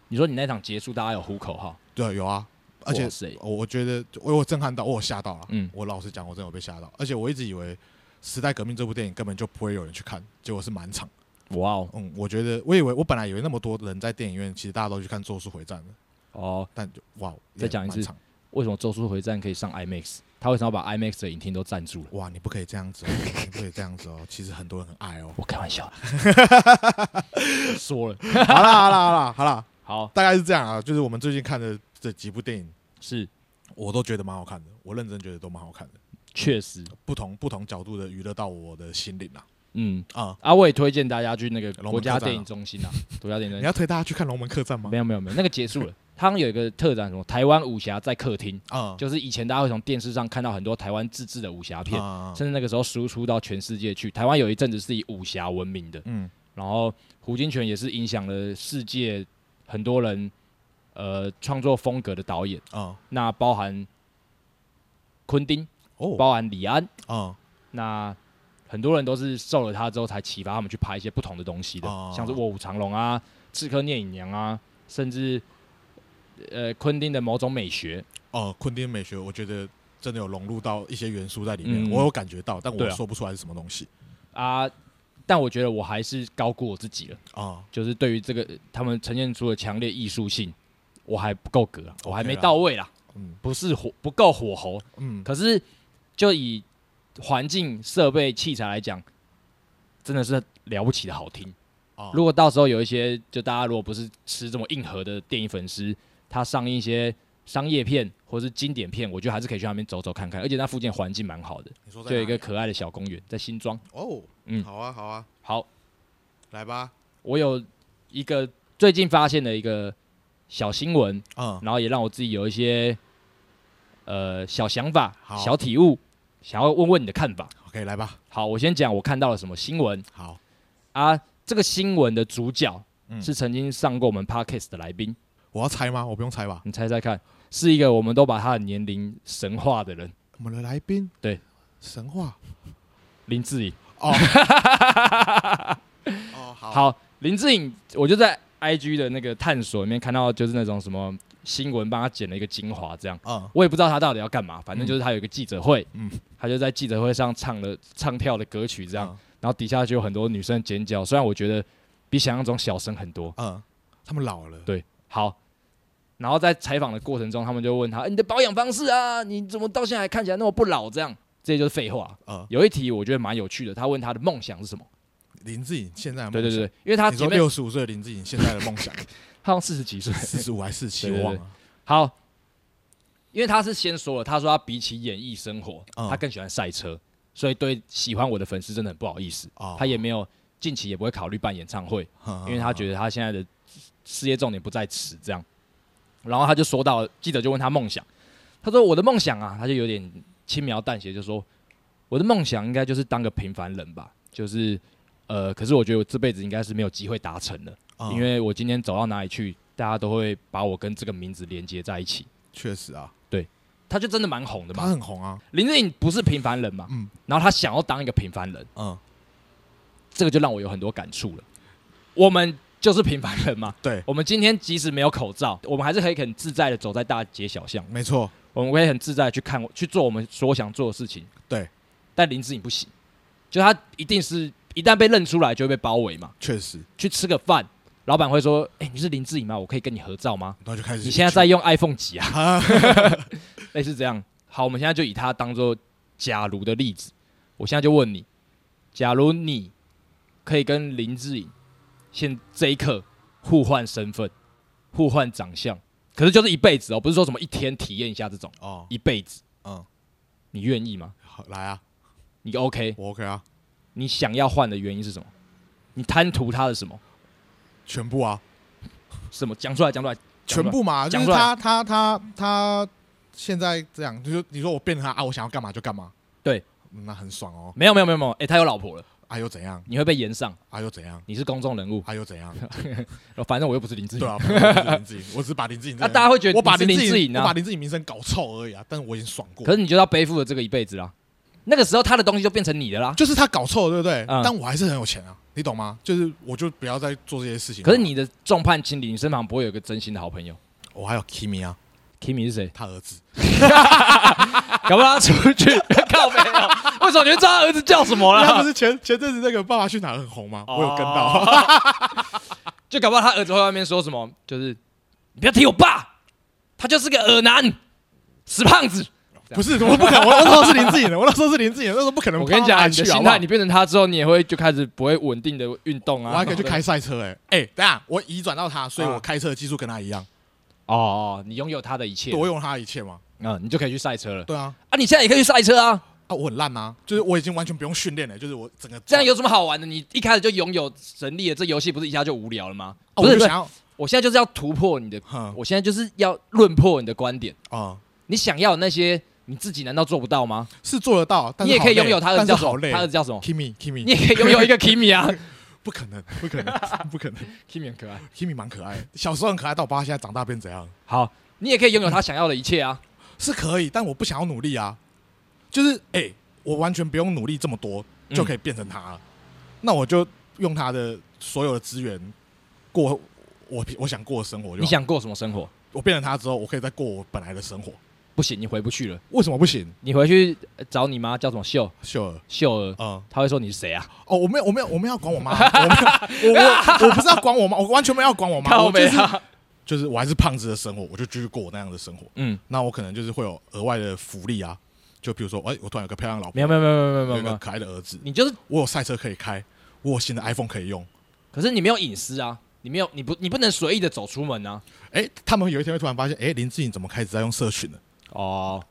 [SPEAKER 1] 你说你那场结束，大家有呼口号，
[SPEAKER 2] 对啊，有啊，而且
[SPEAKER 1] 哇塞
[SPEAKER 2] 我我觉得我有震撼到，我有吓到了。
[SPEAKER 1] 嗯
[SPEAKER 2] 我老实讲，我真的有被吓到，而且我一直以为《时代革命》这部电影根本就不会有人去看，结果是满场。
[SPEAKER 1] 哇哦
[SPEAKER 2] 嗯，我觉得我以为我本来以为那么多人在电影院，其实大家都去看《咒术回战》了，
[SPEAKER 1] 哦，
[SPEAKER 2] 但就哇，
[SPEAKER 1] 再讲一次
[SPEAKER 2] 蛮长
[SPEAKER 1] 为什么《咒术回战》可以上 IMAX？他为什么要把 IMAX 的影厅都占住了？
[SPEAKER 2] 哇，你不可以这样子、哦，你不可以这样子哦。其实很多人很 爱哦。
[SPEAKER 1] 我开玩笑，啊 说了
[SPEAKER 2] 好啦好啦好啦好啦，
[SPEAKER 1] 好
[SPEAKER 2] 大概是这样啊，就是我们最近看的这几部电影，
[SPEAKER 1] 是
[SPEAKER 2] 我都觉得蛮好看的，我认真觉得都蛮好看的，
[SPEAKER 1] 确实，
[SPEAKER 2] 不同不同角度的娱乐到我的心灵啊
[SPEAKER 1] 嗯
[SPEAKER 2] 啊！
[SPEAKER 1] 啊，我也推荐大家去那个
[SPEAKER 2] 龙门
[SPEAKER 1] 国家
[SPEAKER 2] 客栈啊
[SPEAKER 1] 电影中心啊，国家电影
[SPEAKER 2] 你
[SPEAKER 1] 中
[SPEAKER 2] 要推大家去看《龙门客栈》吗
[SPEAKER 1] 心没？有没有没有，那个结束了。他们有一个特展，什么台湾武侠在客厅，
[SPEAKER 2] 啊，
[SPEAKER 1] 就是以前大家会从电视上看到很多台湾自制的武侠片，
[SPEAKER 2] 啊
[SPEAKER 1] 甚至那个时候输出到全世界去。台湾有一阵子是以武侠闻名的，
[SPEAKER 2] 嗯
[SPEAKER 1] 然后胡金铨也是影响了世界很多人呃创作风格的导演，
[SPEAKER 2] 啊
[SPEAKER 1] 那包含昆汀，
[SPEAKER 2] 哦
[SPEAKER 1] 包含李安，
[SPEAKER 2] 啊
[SPEAKER 1] 那很多人都是受了他之后才启发他们去拍一些不同的东西的，
[SPEAKER 2] 哦
[SPEAKER 1] 像是《卧虎藏龙》啊，《刺客聂隐娘》啊，甚至呃昆汀的某种美学，
[SPEAKER 2] 哦，昆汀美学，我觉得真的有融入到一些元素在里面，
[SPEAKER 1] 嗯
[SPEAKER 2] 我有感觉到，但
[SPEAKER 1] 对
[SPEAKER 2] 我
[SPEAKER 1] 啊
[SPEAKER 2] 说不出来是什么东西
[SPEAKER 1] 啊，但我觉得我还是高估我自己了，
[SPEAKER 2] 啊。
[SPEAKER 1] 就是对于这个他们呈现出的强烈艺术性，我还不够格啊，我还
[SPEAKER 2] OK
[SPEAKER 1] 没
[SPEAKER 2] 啦
[SPEAKER 1] 到位啦，
[SPEAKER 2] 嗯
[SPEAKER 1] 不是火不够火候。
[SPEAKER 2] 嗯，
[SPEAKER 1] 可是就以环境、设备、器材来讲，真的是了不起的好听。
[SPEAKER 2] 啊
[SPEAKER 1] 如果到时候有一些，就大家如果不是吃这么硬核的电影粉丝，他上映一些商业片或是经典片，我觉得还是可以去那边走走看看，而且那附近环境蛮好的，
[SPEAKER 2] 你说在
[SPEAKER 1] 就有一
[SPEAKER 2] 哪里
[SPEAKER 1] 个可爱的小公园，在新庄。
[SPEAKER 2] 哦，
[SPEAKER 1] 嗯
[SPEAKER 2] 好啊，好啊，
[SPEAKER 1] 好，
[SPEAKER 2] 来吧，
[SPEAKER 1] 我有一个最近发现的一个小新闻，
[SPEAKER 2] 嗯，
[SPEAKER 1] 然后也让我自己有一些呃小想法、
[SPEAKER 2] 好
[SPEAKER 1] 小体悟，想要问问你的看法。
[SPEAKER 2] OK，来吧，
[SPEAKER 1] 好，我先讲我看到了什么新闻
[SPEAKER 2] 好，
[SPEAKER 1] 啊？这个新闻的主角
[SPEAKER 2] 嗯
[SPEAKER 1] 是曾经上过我们 podcast 的来宾，
[SPEAKER 2] 我要猜吗？我不用猜吧。
[SPEAKER 1] 你猜猜看，是一个我们都把他的年龄神化的人，
[SPEAKER 2] 我们的来宾
[SPEAKER 1] 对
[SPEAKER 2] 神话
[SPEAKER 1] 林志颖。
[SPEAKER 2] 哦哦好
[SPEAKER 1] 好，林志颖，我就在 IG 的那个探索里面看到，就是那种什么新闻帮他剪了一个精华，这样
[SPEAKER 2] 嗯
[SPEAKER 1] 我也不知道他到底要干嘛，反正
[SPEAKER 2] 嗯
[SPEAKER 1] 就是他有一个记者会，
[SPEAKER 2] 嗯
[SPEAKER 1] 他就在记者会上唱了唱跳的歌曲，这样，
[SPEAKER 2] 嗯
[SPEAKER 1] 然后底下就有很多女生尖叫，虽然我觉得比想象中小声很多，
[SPEAKER 2] 嗯，他们老了，
[SPEAKER 1] 对，好。然后在采访的过程中，他们就问他：“哎你的保养方式啊，你怎么到现在还看起来那么不老？”这样，这些就是废话。
[SPEAKER 2] 呃，
[SPEAKER 1] 有一题我觉得蛮有趣的，他问他的梦想是什么？
[SPEAKER 2] 林志颖现在的
[SPEAKER 1] 对
[SPEAKER 2] 梦
[SPEAKER 1] 对
[SPEAKER 2] 想
[SPEAKER 1] 对，对，因为他
[SPEAKER 2] 你
[SPEAKER 1] 前
[SPEAKER 2] 说
[SPEAKER 1] 面
[SPEAKER 2] 六十五岁的林志颖现在的梦 想，
[SPEAKER 1] 他好像四十几岁，
[SPEAKER 2] 四十五还是七，啊
[SPEAKER 1] 对对
[SPEAKER 2] 我
[SPEAKER 1] 对
[SPEAKER 2] 忘了。
[SPEAKER 1] 好，因为他是先说了，他说他比起演艺生活，
[SPEAKER 2] 嗯
[SPEAKER 1] 他更喜欢赛车，所以对喜欢我的粉丝真的很不好意思。
[SPEAKER 2] 哦
[SPEAKER 1] 他也没有近期也不会考虑办演唱会，
[SPEAKER 2] 嗯
[SPEAKER 1] 因
[SPEAKER 2] 啊
[SPEAKER 1] 为他觉得他现在的事业重点不在此这样。然后他就说到，记者就问他梦想，他说我的梦想啊，他就有点轻描淡写就说我的梦想应该就是当个平凡人吧，就是呃，可是我觉得我这辈子应该是没有机会达成的。
[SPEAKER 2] 得
[SPEAKER 1] 因为我今天走到哪里去，大家都会把我跟这个名字连接在一起。
[SPEAKER 2] 确实啊，
[SPEAKER 1] 他就真的蛮红的
[SPEAKER 2] 他
[SPEAKER 1] 嘛。
[SPEAKER 2] 很红啊，
[SPEAKER 1] 林志颖不是平凡人嘛，
[SPEAKER 2] 嗯
[SPEAKER 1] 然后他想要当一个平凡人，
[SPEAKER 2] 嗯，
[SPEAKER 1] 这个就让我有很多感触了。我们就是平凡人嘛，
[SPEAKER 2] 对，
[SPEAKER 1] 我们今天即使没有口罩，我们还是可以很自在的走在大街小巷，
[SPEAKER 2] 没错，
[SPEAKER 1] 我们可以很自在地去看去做我们所想做的事情。
[SPEAKER 2] 对，
[SPEAKER 1] 但林志颖不行，就他一定是一旦被认出来就会被包围嘛。
[SPEAKER 2] 确实，
[SPEAKER 1] 去吃个饭，老板会说：“哎、你是林志颖吗？我可以跟你合照吗？”
[SPEAKER 2] 然后就开始。
[SPEAKER 1] 你现在在用 iPhone 几啊？
[SPEAKER 2] 啊？
[SPEAKER 1] 类似这样。好，我们现在就以它当做假如的例子，我现在就问你：假如你可以跟林志颖现这一刻互换身份、互换长相，可是就是一辈子哦，不是说什么一天体验一下这种，
[SPEAKER 2] 哦，
[SPEAKER 1] 一辈子，
[SPEAKER 2] 嗯，
[SPEAKER 1] 你愿意吗？
[SPEAKER 2] 好，来啊，
[SPEAKER 1] 你 OK？
[SPEAKER 2] 我 OK 啊，
[SPEAKER 1] 你想要换的原因是什么？你贪图他的什么？
[SPEAKER 2] 全部啊，
[SPEAKER 1] 什么？讲出来，讲出来，
[SPEAKER 2] 全部嘛，就
[SPEAKER 1] 讲
[SPEAKER 2] 是
[SPEAKER 1] 出来
[SPEAKER 2] 他他他他现在这样，就是你说我变成他啊，我想要干嘛就干嘛，
[SPEAKER 1] 对
[SPEAKER 2] 嗯，那很爽哦，
[SPEAKER 1] 没有，没有，没有，没有。哎、他有老婆了，
[SPEAKER 2] 啊又怎样，
[SPEAKER 1] 你会被延上，
[SPEAKER 2] 啊又怎样，
[SPEAKER 1] 你是公众人物，
[SPEAKER 2] 啊又怎 样，
[SPEAKER 1] 反正我又不是林志颖
[SPEAKER 2] 对。啊，反正我就是林志颖，我只是把林志颖这
[SPEAKER 1] 那
[SPEAKER 2] 个，
[SPEAKER 1] 啊大家会觉得
[SPEAKER 2] 我把
[SPEAKER 1] 你是
[SPEAKER 2] 林
[SPEAKER 1] 林志
[SPEAKER 2] 颖，
[SPEAKER 1] 颖
[SPEAKER 2] 我
[SPEAKER 1] 啊
[SPEAKER 2] 把林志颖名声搞臭而已啊，但是我已经爽过
[SPEAKER 1] 可，是你就要背负了这个一辈子啦。啊那个时候他的东西就变成你的啦。
[SPEAKER 2] 就是他搞臭了，对不对？
[SPEAKER 1] 嗯
[SPEAKER 2] 但我还是很有钱啊，你懂吗？就是我就不要再做这些事情。
[SPEAKER 1] 可是，你的众叛亲离，你身旁不会有一个真心的好朋友。
[SPEAKER 2] 我还有 Kimi 啊，？
[SPEAKER 1] Kimi 是谁
[SPEAKER 2] 他儿子，
[SPEAKER 1] 搞不好他出去 靠背哦。为什么你会知道他儿子叫什么
[SPEAKER 2] 他不
[SPEAKER 1] 啦？
[SPEAKER 2] 是前前阵子那个《爸爸去哪儿》很红吗？
[SPEAKER 1] 啊哦
[SPEAKER 2] 我有跟到，啊
[SPEAKER 1] 就搞不好他儿子会在外面说什么，就是你不要提我爸，他就是个耳男，死胖子。
[SPEAKER 2] 不是，我不可能，我我那时候是林志颖的，我那时候是林志颖的，那时候不可能
[SPEAKER 1] 我
[SPEAKER 2] 跑到
[SPEAKER 1] 跟你
[SPEAKER 2] 哪
[SPEAKER 1] 讲，
[SPEAKER 2] 里
[SPEAKER 1] 你
[SPEAKER 2] 去。
[SPEAKER 1] 的心
[SPEAKER 2] 好不好
[SPEAKER 1] 态，你变成他之后，你也会就开始不会稳定的运动啊。
[SPEAKER 2] 我还可以去开赛车，
[SPEAKER 1] 欸
[SPEAKER 2] 哎哎，等一下我移转到他，所以
[SPEAKER 1] 嗯
[SPEAKER 2] 我开车的技术跟他一样，
[SPEAKER 1] 哦哦，你拥有他的一切
[SPEAKER 2] 对，我用他的一切嘛。
[SPEAKER 1] 嗯，你就可以去赛车了
[SPEAKER 2] 对啊，
[SPEAKER 1] 啊。你现在也可以去赛车啊，
[SPEAKER 2] 啊，我很烂啊，就是我已经完全不用训练了，就是我整个啊
[SPEAKER 1] 这样有什么好玩的？你一开始就拥有神力了，这游戏不是一下就无聊了吗？不
[SPEAKER 2] 啊我
[SPEAKER 1] 是
[SPEAKER 2] 就
[SPEAKER 1] 不是
[SPEAKER 2] 想，要，
[SPEAKER 1] 我现在就是要突破你的，
[SPEAKER 2] 哼
[SPEAKER 1] 我现在就是要论破你的观点。
[SPEAKER 2] 啊，
[SPEAKER 1] 你想要的那些，你自己难道做不到吗？
[SPEAKER 2] 是做得到，但
[SPEAKER 1] 你
[SPEAKER 2] 是
[SPEAKER 1] 也可以
[SPEAKER 2] 好
[SPEAKER 1] 拥
[SPEAKER 2] 累
[SPEAKER 1] 有他的
[SPEAKER 2] 但
[SPEAKER 1] 叫
[SPEAKER 2] 是
[SPEAKER 1] 什
[SPEAKER 2] 好
[SPEAKER 1] 么？
[SPEAKER 2] 累
[SPEAKER 1] 他的叫什么？
[SPEAKER 2] ，Kimi Kimi，
[SPEAKER 1] 你也可以拥有一个 Kimi 啊
[SPEAKER 2] 不可能，不可能，不可能。
[SPEAKER 1] ，Kimi 很可爱。
[SPEAKER 2] Kimi 蛮可爱的，小时候很可爱，到我爸现在长大变怎样？
[SPEAKER 1] 好，你也可以拥有他想要的一切啊。
[SPEAKER 2] 是可以，但我不想要努力啊。就是哎、我完全不用努力这么多
[SPEAKER 1] 嗯
[SPEAKER 2] 就可以变成他了。那我就用他的所有的资源过我我想过的生活就好。
[SPEAKER 1] 你想过什么生活？
[SPEAKER 2] 我变成他之后，我可以再过我本来的生活，
[SPEAKER 1] 不行，你回不去了。
[SPEAKER 2] 为什么不行？
[SPEAKER 1] 你回去呃找你妈叫什么秀
[SPEAKER 2] 秀儿，
[SPEAKER 1] 秀儿，
[SPEAKER 2] 嗯，
[SPEAKER 1] 她会说你是谁啊？
[SPEAKER 2] 哦，我没有，我没有，我没有要管我妈，我没有我我我不是要管我妈，我完全没有要管我妈，
[SPEAKER 1] 靠
[SPEAKER 2] 我
[SPEAKER 1] 北
[SPEAKER 2] 就是
[SPEAKER 1] 啊，
[SPEAKER 2] 就是我还是胖子的生活，我就继续过我那样的生活。
[SPEAKER 1] 嗯，
[SPEAKER 2] 那我可能就是会有额外的福利啊，就比如说，哎、我突然有个漂亮老婆，
[SPEAKER 1] 没有没有没有没有没
[SPEAKER 2] 有
[SPEAKER 1] 有
[SPEAKER 2] 一
[SPEAKER 1] 没
[SPEAKER 2] 个
[SPEAKER 1] 有，
[SPEAKER 2] 可爱的儿子，
[SPEAKER 1] 你就是
[SPEAKER 2] 我有赛车可以开，我有新的 iPhone 可以用。
[SPEAKER 1] 可是你没有隐私啊，你没有，你不，你不能随意的走出门啊。
[SPEAKER 2] 哎、他们有一天会突然发现，哎、林志颖怎么开始在用社群了？
[SPEAKER 1] 哦，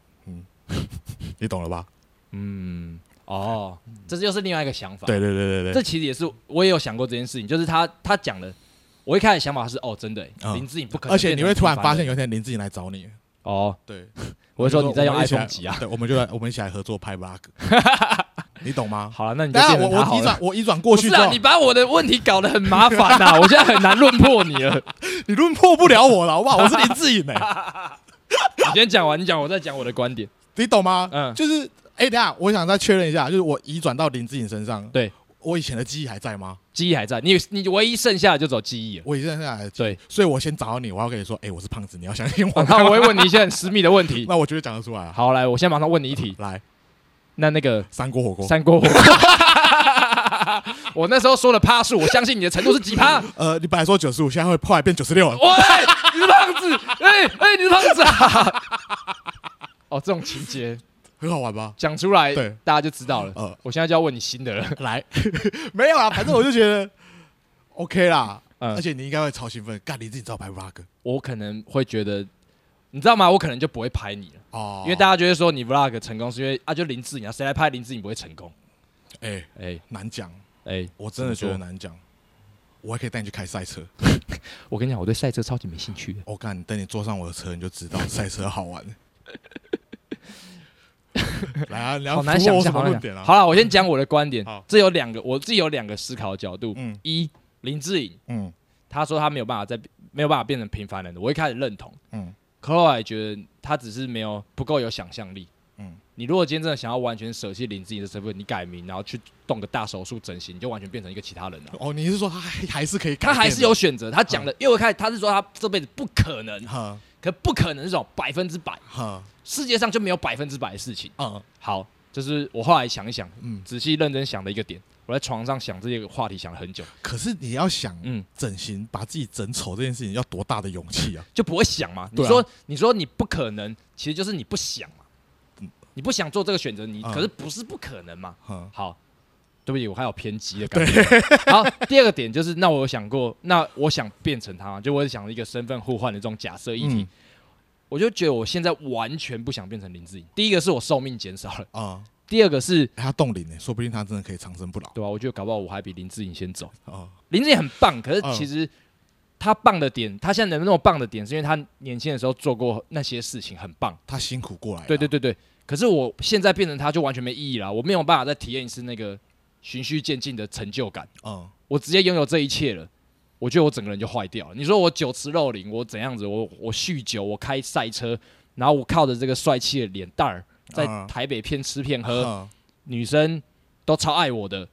[SPEAKER 2] 你懂了吧？
[SPEAKER 1] 嗯，哦，这就是另外一个想法。，
[SPEAKER 2] 对对对对
[SPEAKER 1] 这
[SPEAKER 2] 对，
[SPEAKER 1] 其实也是我也有想过这件事情，就是他他讲的，我一开始想法是哦，真的欸、
[SPEAKER 2] 嗯
[SPEAKER 1] 林志颖不可能，
[SPEAKER 2] 而且你会突然发现，有一天林志颖来找你，
[SPEAKER 1] 哦，
[SPEAKER 2] 对，
[SPEAKER 1] 我会说
[SPEAKER 2] 就
[SPEAKER 1] 你在用
[SPEAKER 2] 我们一起来
[SPEAKER 1] iPhone 几啊？
[SPEAKER 2] 对，我们就来我们一起来合作拍 vlog，你懂吗？
[SPEAKER 1] 好了，那你就
[SPEAKER 2] 当然
[SPEAKER 1] 变
[SPEAKER 2] 我
[SPEAKER 1] 成他
[SPEAKER 2] 我
[SPEAKER 1] 好
[SPEAKER 2] 移转
[SPEAKER 1] 了。
[SPEAKER 2] 我移转过
[SPEAKER 1] 不
[SPEAKER 2] 去
[SPEAKER 1] 是
[SPEAKER 2] 之
[SPEAKER 1] 啊，
[SPEAKER 2] 后，
[SPEAKER 1] 你把我的问题搞得很麻烦呐、 我现在很难论破你了。
[SPEAKER 2] 你论破不了我了，好不好？我是林志颖哎、
[SPEAKER 1] 你先讲完，你讲，我再讲我的观点。
[SPEAKER 2] 你懂吗？
[SPEAKER 1] 嗯
[SPEAKER 2] 就是哎、等一下我想再确认一下，就是我移转到林志颖身上，
[SPEAKER 1] 对
[SPEAKER 2] 我以前的记忆还在吗？
[SPEAKER 1] 记忆还在，你你唯一剩下的就走记忆了。
[SPEAKER 2] 我以前还在，
[SPEAKER 1] 对，
[SPEAKER 2] 所以我先找到你，我要跟你说，哎、我是胖子，你要相信我。
[SPEAKER 1] 然后我会问你一些很私密的问题。
[SPEAKER 2] 那我绝对讲得出来啊。
[SPEAKER 1] 好，来，我现在马上问你一题。
[SPEAKER 2] 来，
[SPEAKER 1] 那那个
[SPEAKER 2] 三锅火锅，
[SPEAKER 1] 三锅火 锅，我那时候说了趴数，我相信你的程度是几 趴？
[SPEAKER 2] 呃，你本来说九十五，现在会后来变九十六了。
[SPEAKER 1] 喂，你是胖子，哎、哎、你是胖子啊！ 哦，这种情节
[SPEAKER 2] 很好玩吧？
[SPEAKER 1] 讲出来，
[SPEAKER 2] 对
[SPEAKER 1] 大家就知道了。
[SPEAKER 2] 呃，
[SPEAKER 1] 我现在就要问你新 的了，
[SPEAKER 2] 来，没有啦，啊反正我就觉得 OK 啦，
[SPEAKER 1] 嗯
[SPEAKER 2] 而且你应该会超兴奋，干你自己知道拍 vlog
[SPEAKER 1] 我可能会觉得，你知道吗？我可能就不会拍你了，
[SPEAKER 2] 哦，
[SPEAKER 1] 因为大家觉得说你 vlog 成功是因为啊，就林志颖啊，谁来拍林志颖不会成功？
[SPEAKER 2] 哎、
[SPEAKER 1] 哎、
[SPEAKER 2] 难讲，
[SPEAKER 1] 哎、
[SPEAKER 2] 我真的
[SPEAKER 1] 怎
[SPEAKER 2] 觉
[SPEAKER 1] 么说
[SPEAKER 2] 得难讲。我还可以带你去开赛车，
[SPEAKER 1] 我跟你讲，我对赛车超级没兴趣的。
[SPEAKER 2] 我、干，等你坐上我的车，你就知道赛车好玩。 来啊，你要
[SPEAKER 1] 好难
[SPEAKER 2] 突破
[SPEAKER 1] 想
[SPEAKER 2] 我
[SPEAKER 1] 象，
[SPEAKER 2] 什
[SPEAKER 1] 好
[SPEAKER 2] 么
[SPEAKER 1] 难
[SPEAKER 2] 论
[SPEAKER 1] 想
[SPEAKER 2] 点啊？
[SPEAKER 1] 好了，我先讲我的观点
[SPEAKER 2] 好。
[SPEAKER 1] 这有两个，我自己有两个思考角度。
[SPEAKER 2] 嗯
[SPEAKER 1] 一，林志颖
[SPEAKER 2] 嗯
[SPEAKER 1] 他说他没有办法再没有办法变成平凡人的，我一开始认同，
[SPEAKER 2] 嗯
[SPEAKER 1] 可后来觉得他只是没有不够有想象力。
[SPEAKER 2] 嗯
[SPEAKER 1] 你如果今天真的想要完全舍弃林志颖的身份，你改名，然后去动个大手术整形，你就完全变成一个其他人了。
[SPEAKER 2] 哦，你是说他还还是可以
[SPEAKER 1] 他
[SPEAKER 2] 改变的？
[SPEAKER 1] 还是有选择，他讲了，因为我一开始他是说他这辈子不可能，
[SPEAKER 2] 哈
[SPEAKER 1] 可不可能这种百分之百，
[SPEAKER 2] 哈
[SPEAKER 1] 世界上就没有百分之百的事情。
[SPEAKER 2] 嗯
[SPEAKER 1] 好，这是我后来想一想，
[SPEAKER 2] 嗯。
[SPEAKER 1] 仔细认真想的一个点。我在床上想这个话题想了很久，
[SPEAKER 2] 可是你要想，
[SPEAKER 1] 嗯，
[SPEAKER 2] 整形把自己整丑这件事情要多大的勇气 啊？
[SPEAKER 1] 就不会想嘛。你
[SPEAKER 2] 对啊
[SPEAKER 1] 说，你说你不可能，其实就是你不想嘛。你不想做这个选择，你
[SPEAKER 2] 嗯
[SPEAKER 1] 可是不是不可能嘛？
[SPEAKER 2] 哈，
[SPEAKER 1] 好，对不起，我还有偏激的感觉。 好，第二个点就是，那我有想过，那我想变成他吗？就我想一个身份互换的这种假设议题，
[SPEAKER 2] 嗯
[SPEAKER 1] 我就觉得我现在完全不想变成林志颖。第一个是我寿命减少了，
[SPEAKER 2] 啊，
[SPEAKER 1] 第二个是，
[SPEAKER 2] 他冻龄欸呢，说不定他真的可以长生不 老
[SPEAKER 1] 对吧、我觉得搞不好我还比林志颖先走。
[SPEAKER 2] 啊。
[SPEAKER 1] 林志颖很棒，可是
[SPEAKER 2] 嗯
[SPEAKER 1] 其实他棒的点，他现在能那么棒的点，是因为他年轻的时候做过那些事情，很棒。
[SPEAKER 2] 他辛苦过来啊了，
[SPEAKER 1] 对对对对，可是我现在变成他就完全没意义了，我没有办法再体验一次那个循序渐进的成就感，
[SPEAKER 2] 嗯，
[SPEAKER 1] 我直接拥有这一切了。我觉得我整个人就坏掉了。你说我酒池肉林，我怎样子？我我酗酒，我开赛车，然后我靠着这个帅气的脸蛋儿，在
[SPEAKER 2] 嗯
[SPEAKER 1] 台北骗吃骗喝，
[SPEAKER 2] 嗯
[SPEAKER 1] 女生都超爱我的。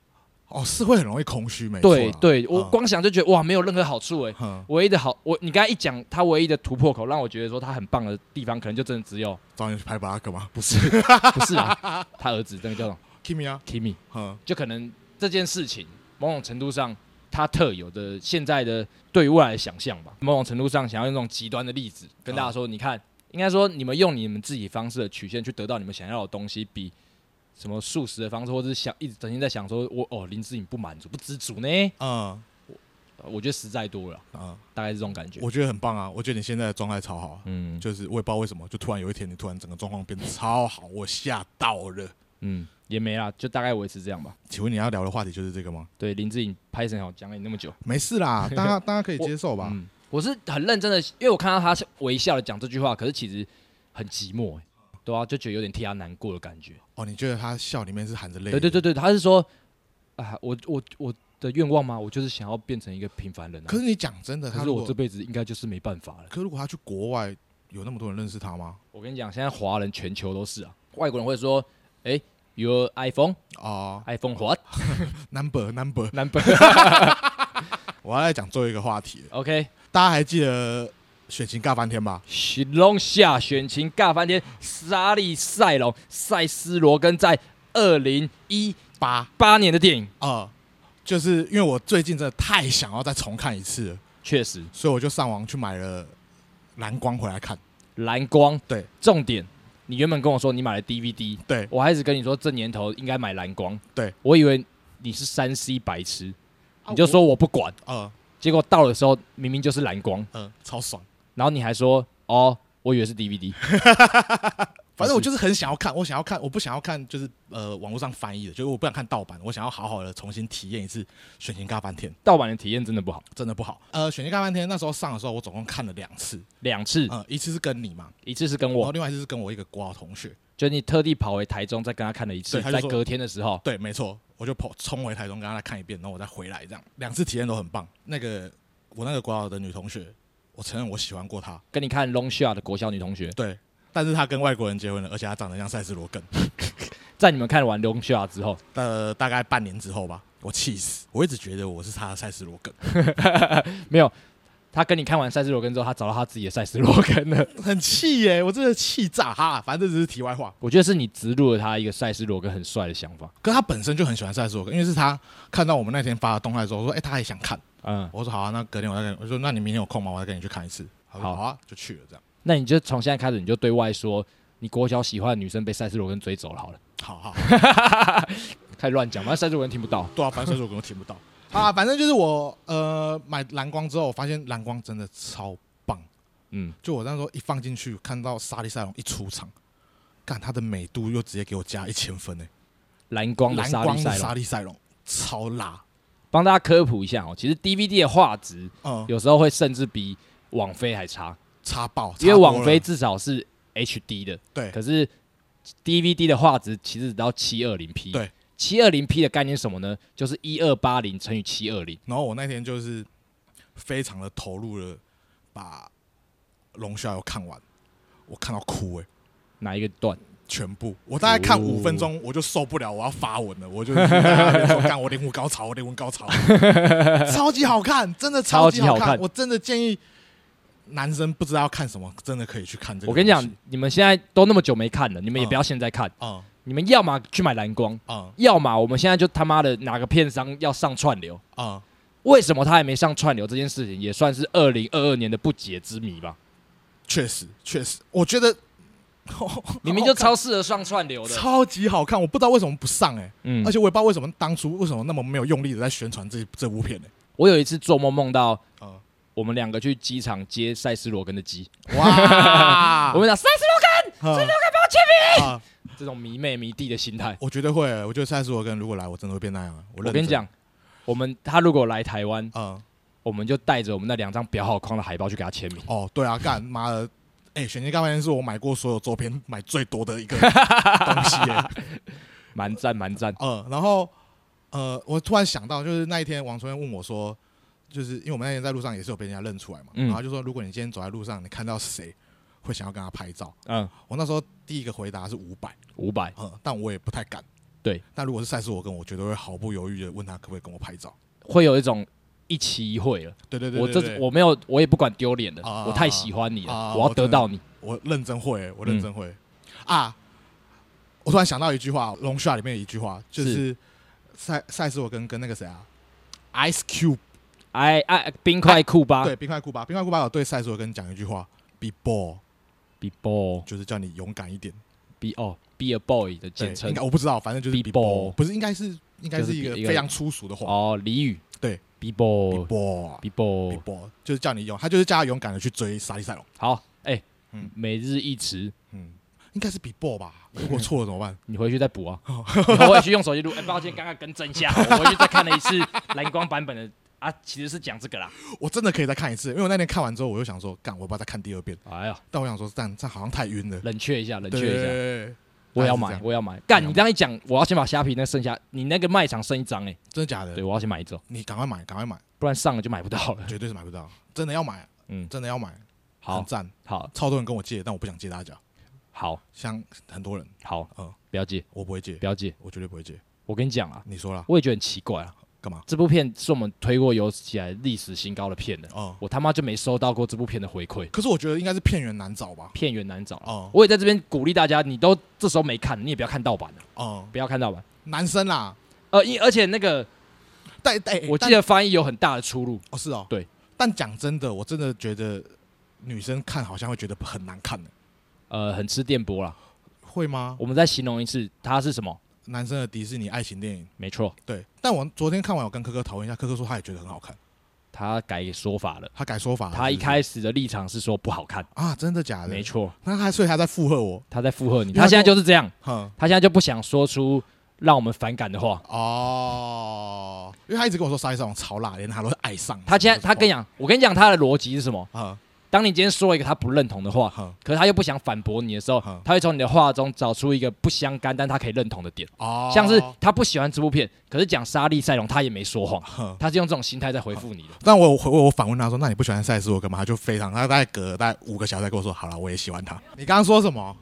[SPEAKER 2] 哦，是会很容易空虚，没错啦
[SPEAKER 1] 对，对，我
[SPEAKER 2] 嗯
[SPEAKER 1] 光想就觉得哇，没有任何好处哎、
[SPEAKER 2] 哼，
[SPEAKER 1] 唯一的好，我你刚才一讲，他唯一的突破口让我觉得说他很棒的地方，可能就真的只有
[SPEAKER 2] 找你去拍 vlog 吗
[SPEAKER 1] 不是 不是啊，他儿子那个叫什么
[SPEAKER 2] ？Kimi 啊，
[SPEAKER 1] Kimi，
[SPEAKER 2] 哼，
[SPEAKER 1] 就可能这件事情某种程度上他特有的现在的对于未来的想象吧，某种程度上想要用这种极端的例子跟大家说，你看，应该说你们用你们自己方式的曲线去得到你们想要的东西，比什么素食的方式，或者是想一直整天在想说我哦林志颖不满足不知足呢，
[SPEAKER 2] 嗯
[SPEAKER 1] 我觉得实在多了，
[SPEAKER 2] 嗯，
[SPEAKER 1] 大概是这种感觉。
[SPEAKER 2] 我觉得很棒啊，我觉得你现在的状态超好啊，
[SPEAKER 1] 嗯
[SPEAKER 2] 就是我也不知道为什么，就突然有一天你突然整个状况变得超好，我吓到了。
[SPEAKER 1] 嗯，也没啦，就大概维持这样吧。
[SPEAKER 2] 请问你要聊的话题就是这个吗？
[SPEAKER 1] 对，林志颖拍成好讲了你那么久，
[SPEAKER 2] 没事啦，大家大家可以接受吧。
[SPEAKER 1] 嗯，我是很认真的，因为我看到他微笑的讲这句话，可是其实很寂寞、欸，对啊，就觉得有点替他难过的感觉。
[SPEAKER 2] 哦，你觉得他笑里面是含着泪？
[SPEAKER 1] 对对对。对，他是说，啊，我我我的愿望吗？我就是想要变成一个平凡人、啊。
[SPEAKER 2] 可是你讲真的，
[SPEAKER 1] 可
[SPEAKER 2] 他
[SPEAKER 1] 是
[SPEAKER 2] 如
[SPEAKER 1] 我
[SPEAKER 2] 果
[SPEAKER 1] 这辈子应该就是没办法了。
[SPEAKER 2] 可如果他去国外，有那么多人认识他吗？
[SPEAKER 1] 我跟你讲，现在华人全球都是啊，外国人会说，哎、y o u r iPhone
[SPEAKER 2] 哦
[SPEAKER 1] iPhone what
[SPEAKER 2] ，number number，
[SPEAKER 1] number
[SPEAKER 2] 我要来讲最后一个话题了，
[SPEAKER 1] OK，
[SPEAKER 2] 大家还记得选情尬翻天吧？
[SPEAKER 1] 许龙下选情尬翻天，沙利塞隆塞斯罗根在二零一
[SPEAKER 2] 八
[SPEAKER 1] 八年的电影，
[SPEAKER 2] 呃，就是因为我最近真的太想要再重看一次了，
[SPEAKER 1] 确实
[SPEAKER 2] 所以我就上网去买了蓝光回来看。
[SPEAKER 1] 蓝光
[SPEAKER 2] 对，
[SPEAKER 1] 重点。你原本跟我说你买了 DVD，
[SPEAKER 2] 对
[SPEAKER 1] 我还一直跟你说这年头应该买蓝光，
[SPEAKER 2] 对
[SPEAKER 1] 我以为你是三 C 白痴，
[SPEAKER 2] 啊
[SPEAKER 1] 你就说我不管，
[SPEAKER 2] 呃
[SPEAKER 1] 结果到的时候明明就是蓝光，
[SPEAKER 2] 呃，超爽。
[SPEAKER 1] 然后你还说哦，我以为是 DVD，
[SPEAKER 2] 反正我就是很想要看，我想要看，我不想要看，就是呃网络上翻译的，就是我不想看呃盗版，我想要好好的重新体验一次《选情尬翻天》，
[SPEAKER 1] 盗版的体验真的不好，
[SPEAKER 2] 真的不好。呃，《选情尬翻天》那时候上的时候，我总共看了两次，
[SPEAKER 1] 两次，
[SPEAKER 2] 呃，一次是跟你嘛，
[SPEAKER 1] 一次是跟
[SPEAKER 2] 然后
[SPEAKER 1] 我，
[SPEAKER 2] 另外一次是跟我一个国小同学，
[SPEAKER 1] 就你特地跑回台中再跟他看了一次，
[SPEAKER 2] 对他就
[SPEAKER 1] 在
[SPEAKER 2] 说
[SPEAKER 1] 隔天的时候，
[SPEAKER 2] 对，没错，我就跑冲回台中，跟他看一遍，然后我再回来，这样两次体验都很棒。那个我那个国小的女同学，我承认我喜欢过她，
[SPEAKER 1] 跟你看 Long Shot 的国小女同学，
[SPEAKER 2] 对，但是她跟外国人结婚了，而且她长得像塞斯罗根。
[SPEAKER 1] 在你们看完 Long Shot 之后，
[SPEAKER 2] 呃，大概半年之后吧，我气死，我一直觉得我是她的塞斯罗根，
[SPEAKER 1] 没有。他跟你看完赛斯罗根之后，他找到他自己的赛斯罗根了。
[SPEAKER 2] 很气耶、我真的气炸哈。反正这只是题外话，
[SPEAKER 1] 我觉得是你植入了他一个赛斯罗根很帅的想法。
[SPEAKER 2] 可她本身就很喜欢塞斯罗根，因为是她看到我们那天发的动态之后，说哎、她也想看，
[SPEAKER 1] 嗯，
[SPEAKER 2] 我说好啊，那隔天我再跟你，我说那你明天有空吗？我再跟你去看一次。她说
[SPEAKER 1] 好
[SPEAKER 2] 好啊，就去了这样。
[SPEAKER 1] 那你就从现在开始，你就对外说你国小喜欢的女生被赛斯罗根追走了， 好了，
[SPEAKER 2] 好好，
[SPEAKER 1] 开始乱讲，反正赛斯罗根听不到。
[SPEAKER 2] 对啊，反正水果我听不到啊。反正就是我呃买蓝光之后，我发现蓝光真的超棒。
[SPEAKER 1] 嗯，
[SPEAKER 2] 就我那时候一放进去，看到沙利塞隆一出场，干他的美度又直接给我加一千分呢、欸
[SPEAKER 1] 蓝光的
[SPEAKER 2] 蓝
[SPEAKER 1] 沙
[SPEAKER 2] 光
[SPEAKER 1] 利
[SPEAKER 2] 的
[SPEAKER 1] 赛
[SPEAKER 2] 沙
[SPEAKER 1] 罗，
[SPEAKER 2] 利塞隆超辣，
[SPEAKER 1] 帮大家科普一下哦，其实 DVD 的画质
[SPEAKER 2] 嗯，
[SPEAKER 1] 有时候会甚至比网飞还差，
[SPEAKER 2] 差爆。
[SPEAKER 1] 因为
[SPEAKER 2] 差多
[SPEAKER 1] 网飞
[SPEAKER 2] 了
[SPEAKER 1] 至少是 HD 的，
[SPEAKER 2] 对
[SPEAKER 1] 可是 DVD 的画质其实只到七二零 P。
[SPEAKER 2] 对，
[SPEAKER 1] 七二零 P 的概念是什么呢？就是一二八零乘以七二零。
[SPEAKER 2] 然后我那天就是非常的投入了，把《龙虾》又看完，我看到哭哎、
[SPEAKER 1] 哪一个段？
[SPEAKER 2] 全部，我大概看
[SPEAKER 1] 哦
[SPEAKER 2] 五分钟，我就受不了，我要发文了， 我就在那边说干，我灵魂高潮，我灵魂 高潮，超级好看，真的超级好
[SPEAKER 1] 超级好看
[SPEAKER 2] 我真的建议男生不知道要看什么，真的可以去看这个。
[SPEAKER 1] 我跟你讲，，你们现在都那么久没看了，你们也不要现在看，
[SPEAKER 2] 嗯
[SPEAKER 1] 你们要么去买蓝光，
[SPEAKER 2] 嗯
[SPEAKER 1] 要么我们现在就他妈的哪个片商要上串流。
[SPEAKER 2] 嗯，
[SPEAKER 1] 为什么他还没上串流这件事情，也算是二零二二年的不解之谜 吧。
[SPEAKER 2] 确实确实，我觉得
[SPEAKER 1] 明明就超适合上串流的，
[SPEAKER 2] 超级好看，我不知道为什么不上哎、
[SPEAKER 1] 嗯
[SPEAKER 2] 而且我也不知道为什么当初为什么那么没有用力的在宣传这这部片呢、
[SPEAKER 1] 我有一次做梦梦到
[SPEAKER 2] 啊
[SPEAKER 1] 我们两个去机场接塞斯罗根的鸡，
[SPEAKER 2] 哇啊
[SPEAKER 1] 我们讲塞斯
[SPEAKER 2] 这六个包签名。啊
[SPEAKER 1] 罗这种迷妹迷弟的心态。
[SPEAKER 2] 我绝对会，我觉得蔡思我跟如果来，我真的会变那样啊。我
[SPEAKER 1] 我
[SPEAKER 2] 认
[SPEAKER 1] 跟你
[SPEAKER 2] 真，
[SPEAKER 1] 讲，我们他如果来台湾，
[SPEAKER 2] 嗯，
[SPEAKER 1] 我们就带着我们那两张裱好框的海报去给他签名。
[SPEAKER 2] 哦，对啊，干妈的，哎、选金干饭店是我买过所有周边 买最多的 一个东西耶、
[SPEAKER 1] 蛮赞蛮赞，
[SPEAKER 2] 呃，然后呃，我突然想到，就是那一天王春燕问我说，就是因为我们那天在路上也是有被人家认出来嘛，
[SPEAKER 1] 嗯
[SPEAKER 2] 然后他就说，如果你今天走在路上，你看到谁会想要跟他拍照？
[SPEAKER 1] 嗯，
[SPEAKER 2] 我那时候第一个回答是五百，
[SPEAKER 1] 五百，
[SPEAKER 2] 嗯，但我也不太敢。
[SPEAKER 1] 对，
[SPEAKER 2] 但如果是赛事，我跟我绝对会毫不犹豫的问他可不可以跟我拍照。
[SPEAKER 1] 会有一种一期一会了。
[SPEAKER 2] 对对对
[SPEAKER 1] 我
[SPEAKER 2] 对
[SPEAKER 1] 这
[SPEAKER 2] 对
[SPEAKER 1] 我没有，我也不管丢脸了
[SPEAKER 2] 啊啊啊，
[SPEAKER 1] 我太喜欢你
[SPEAKER 2] 啊啊
[SPEAKER 1] 了，
[SPEAKER 2] 啊
[SPEAKER 1] 我要得到你。
[SPEAKER 2] 我认真会，
[SPEAKER 1] 嗯
[SPEAKER 2] 我认真会、啊！我突然想到一句话，《龙虾》里面有一句话，就是赛赛斯我跟跟那个谁啊，Ice Cube，、
[SPEAKER 1] 哎哎，冰块库巴
[SPEAKER 2] 啊对，冰块库巴，冰块库巴有对赛斯我跟讲一句话，Be bold，
[SPEAKER 1] ，be boy
[SPEAKER 2] 就是叫你勇敢一点。
[SPEAKER 1] be 哦 be a boy 的简
[SPEAKER 2] 对，应
[SPEAKER 1] 称
[SPEAKER 2] 该我不知道，反正就是
[SPEAKER 1] Be
[SPEAKER 2] Be
[SPEAKER 1] bold
[SPEAKER 2] bold，不是应该是应该
[SPEAKER 1] 就是
[SPEAKER 2] 是一个
[SPEAKER 1] 一个
[SPEAKER 2] 非常粗俗的话
[SPEAKER 1] 哦，俚语
[SPEAKER 2] 对
[SPEAKER 1] ，be
[SPEAKER 2] ，Be
[SPEAKER 1] boy be
[SPEAKER 2] bold，Be
[SPEAKER 1] boy
[SPEAKER 2] bold，就是叫你勇，他就是叫他勇敢的去追沙利塞隆，
[SPEAKER 1] 好，哎
[SPEAKER 2] 嗯，
[SPEAKER 1] 每日一词，
[SPEAKER 2] 嗯，应该是 Be bold 吧？如果错了怎么办？
[SPEAKER 1] 你回去再补啊。然后我也去用手机录，哎，抱歉，刚刚更正 一下，我回去再看了一次蓝光版本的啊，其实是讲这个啦。
[SPEAKER 2] 我真的可以再看一次，因为我那天看完之后，我就想说，干，我要不要再看第二遍？
[SPEAKER 1] 哎呀，
[SPEAKER 2] 但我想说，这样这样好像太晕了。
[SPEAKER 1] 冷却一下，冷
[SPEAKER 2] 对，
[SPEAKER 1] 却一下，我也
[SPEAKER 2] 大概
[SPEAKER 1] 要
[SPEAKER 2] 是这
[SPEAKER 1] 买，
[SPEAKER 2] 样
[SPEAKER 1] 我也要买。干，你这样一讲，我要先把虾皮那剩下，你那个卖场剩一张哎，
[SPEAKER 2] 真的假的
[SPEAKER 1] 对？我要先买一张，
[SPEAKER 2] 你赶快买，赶快 买，
[SPEAKER 1] 不然上了就买不到 了。
[SPEAKER 2] 绝对是买不到，真的要买，
[SPEAKER 1] 嗯，
[SPEAKER 2] 真的要买，
[SPEAKER 1] 好
[SPEAKER 2] 很赞，
[SPEAKER 1] 好
[SPEAKER 2] 超多人跟我借，但我不想借大家，
[SPEAKER 1] 好
[SPEAKER 2] 像很多人，
[SPEAKER 1] 好，
[SPEAKER 2] 嗯，
[SPEAKER 1] 不要借，
[SPEAKER 2] 我不会借
[SPEAKER 1] 不，要借。
[SPEAKER 2] 我绝对不会借。
[SPEAKER 1] 我跟你讲啊，
[SPEAKER 2] 你说啦，
[SPEAKER 1] 我也觉得很奇怪啊，
[SPEAKER 2] 干嘛？
[SPEAKER 1] 这部片是我们推过有史以来历史新高的片了，
[SPEAKER 2] 哦，
[SPEAKER 1] 我他妈就没收到过这部片的回馈，
[SPEAKER 2] 可是我觉得应该是片源难找吧？
[SPEAKER 1] 片源难找啊。
[SPEAKER 2] 哦
[SPEAKER 1] 我也在这边鼓励大家，你都这时候没看，你也不要看盗版了，
[SPEAKER 2] 哦，
[SPEAKER 1] 不要看盗版。
[SPEAKER 2] 男生啦，
[SPEAKER 1] 呃，因而且那个，
[SPEAKER 2] 但但
[SPEAKER 1] 我记
[SPEAKER 2] 但
[SPEAKER 1] 得翻译有很大的出入，
[SPEAKER 2] 哦是哦，
[SPEAKER 1] 对。
[SPEAKER 2] 但讲真的，我真的觉得女生看好像会觉得很难看的，
[SPEAKER 1] 呃，很吃电波啦。
[SPEAKER 2] 哦会吗？
[SPEAKER 1] 我们再形容一次，它是什么？
[SPEAKER 2] 男生的迪士尼爱情电影，
[SPEAKER 1] 没错，
[SPEAKER 2] 对。但我昨天看完，我跟科科讨论一下，科科说他也觉得很好看，
[SPEAKER 1] 他改说法了。
[SPEAKER 2] 他改说法了，
[SPEAKER 1] 他一
[SPEAKER 2] 啊是不是
[SPEAKER 1] 开始的立场是说不好看，
[SPEAKER 2] 啊，真的假的？
[SPEAKER 1] 没错，
[SPEAKER 2] 那他所以他在附和我，
[SPEAKER 1] 他在附和你。
[SPEAKER 2] 因为他
[SPEAKER 1] 他现在就是这样，
[SPEAKER 2] 哼，
[SPEAKER 1] 他现在就不想说出让我们反感的话。
[SPEAKER 2] 啊哦，因为他一直跟我说沙溢上王超辣，连他都爱上。
[SPEAKER 1] 他现在他跟你讲，我跟你讲他的逻辑是什么？
[SPEAKER 2] 啊，
[SPEAKER 1] 当你今天说了一个他不认同的话，
[SPEAKER 2] 哼
[SPEAKER 1] 可是他又不想反驳你的时候
[SPEAKER 2] 哼，
[SPEAKER 1] 他会从你的话中找出一个不相干但他可以认同的点，
[SPEAKER 2] 哦
[SPEAKER 1] 像是他不喜欢这部片，可是讲莎莉赛隆他也没说谎，
[SPEAKER 2] 哼。
[SPEAKER 1] 他是用这种心态在回复你的。
[SPEAKER 2] 但我我我反问他说：“那你不喜欢赛斯我干嘛？”他就非常，他大概隔了大概五个小时才跟我说：“好了，我也喜欢他。”你刚刚说什么？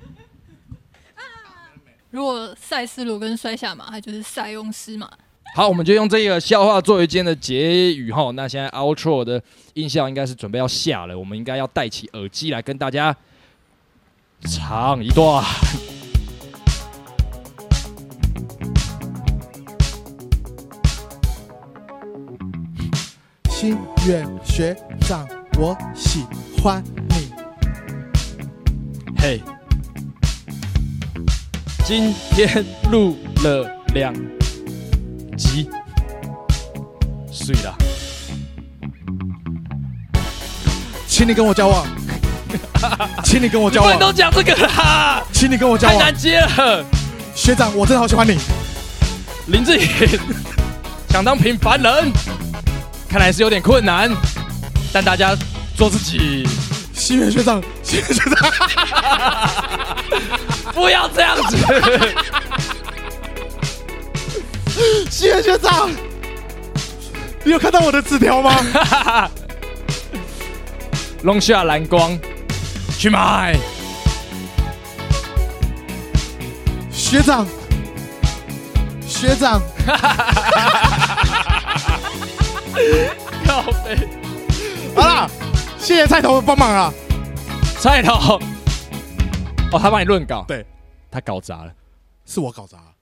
[SPEAKER 3] 如果塞斯罗跟摔下马，他就是塞翁失马。
[SPEAKER 1] 好，我们就用这个笑话作为今天的结语哈。那现在 outro 的音效应该是准备要下了，我们应该要戴起耳机来跟大家唱一段。
[SPEAKER 4] 心远学长，我喜欢你。
[SPEAKER 1] 嘿，今天录了两集，睡了。
[SPEAKER 2] 请你跟我 交往，请你跟我交
[SPEAKER 1] 不能
[SPEAKER 2] 往，
[SPEAKER 1] 都讲这个啦，
[SPEAKER 2] 请你跟我交
[SPEAKER 1] 太
[SPEAKER 2] 往
[SPEAKER 1] 难。接了。
[SPEAKER 2] 学长，我真的好喜欢你。
[SPEAKER 1] 林志颖想当平凡人，看来是有点困难，但大家做自己，
[SPEAKER 2] 心远学长，心远学长，
[SPEAKER 1] 不要这样子。
[SPEAKER 2] 心远学长，你有看到我的纸条吗？
[SPEAKER 1] 龙下蓝光，去买。
[SPEAKER 4] 学长，学长，
[SPEAKER 1] 靠背，
[SPEAKER 2] 好啦，谢谢菜头帮忙啊。
[SPEAKER 1] 菜头。哦，他帮你论稿，
[SPEAKER 2] 对，
[SPEAKER 1] 他搞砸了。
[SPEAKER 2] 是我搞砸了。啊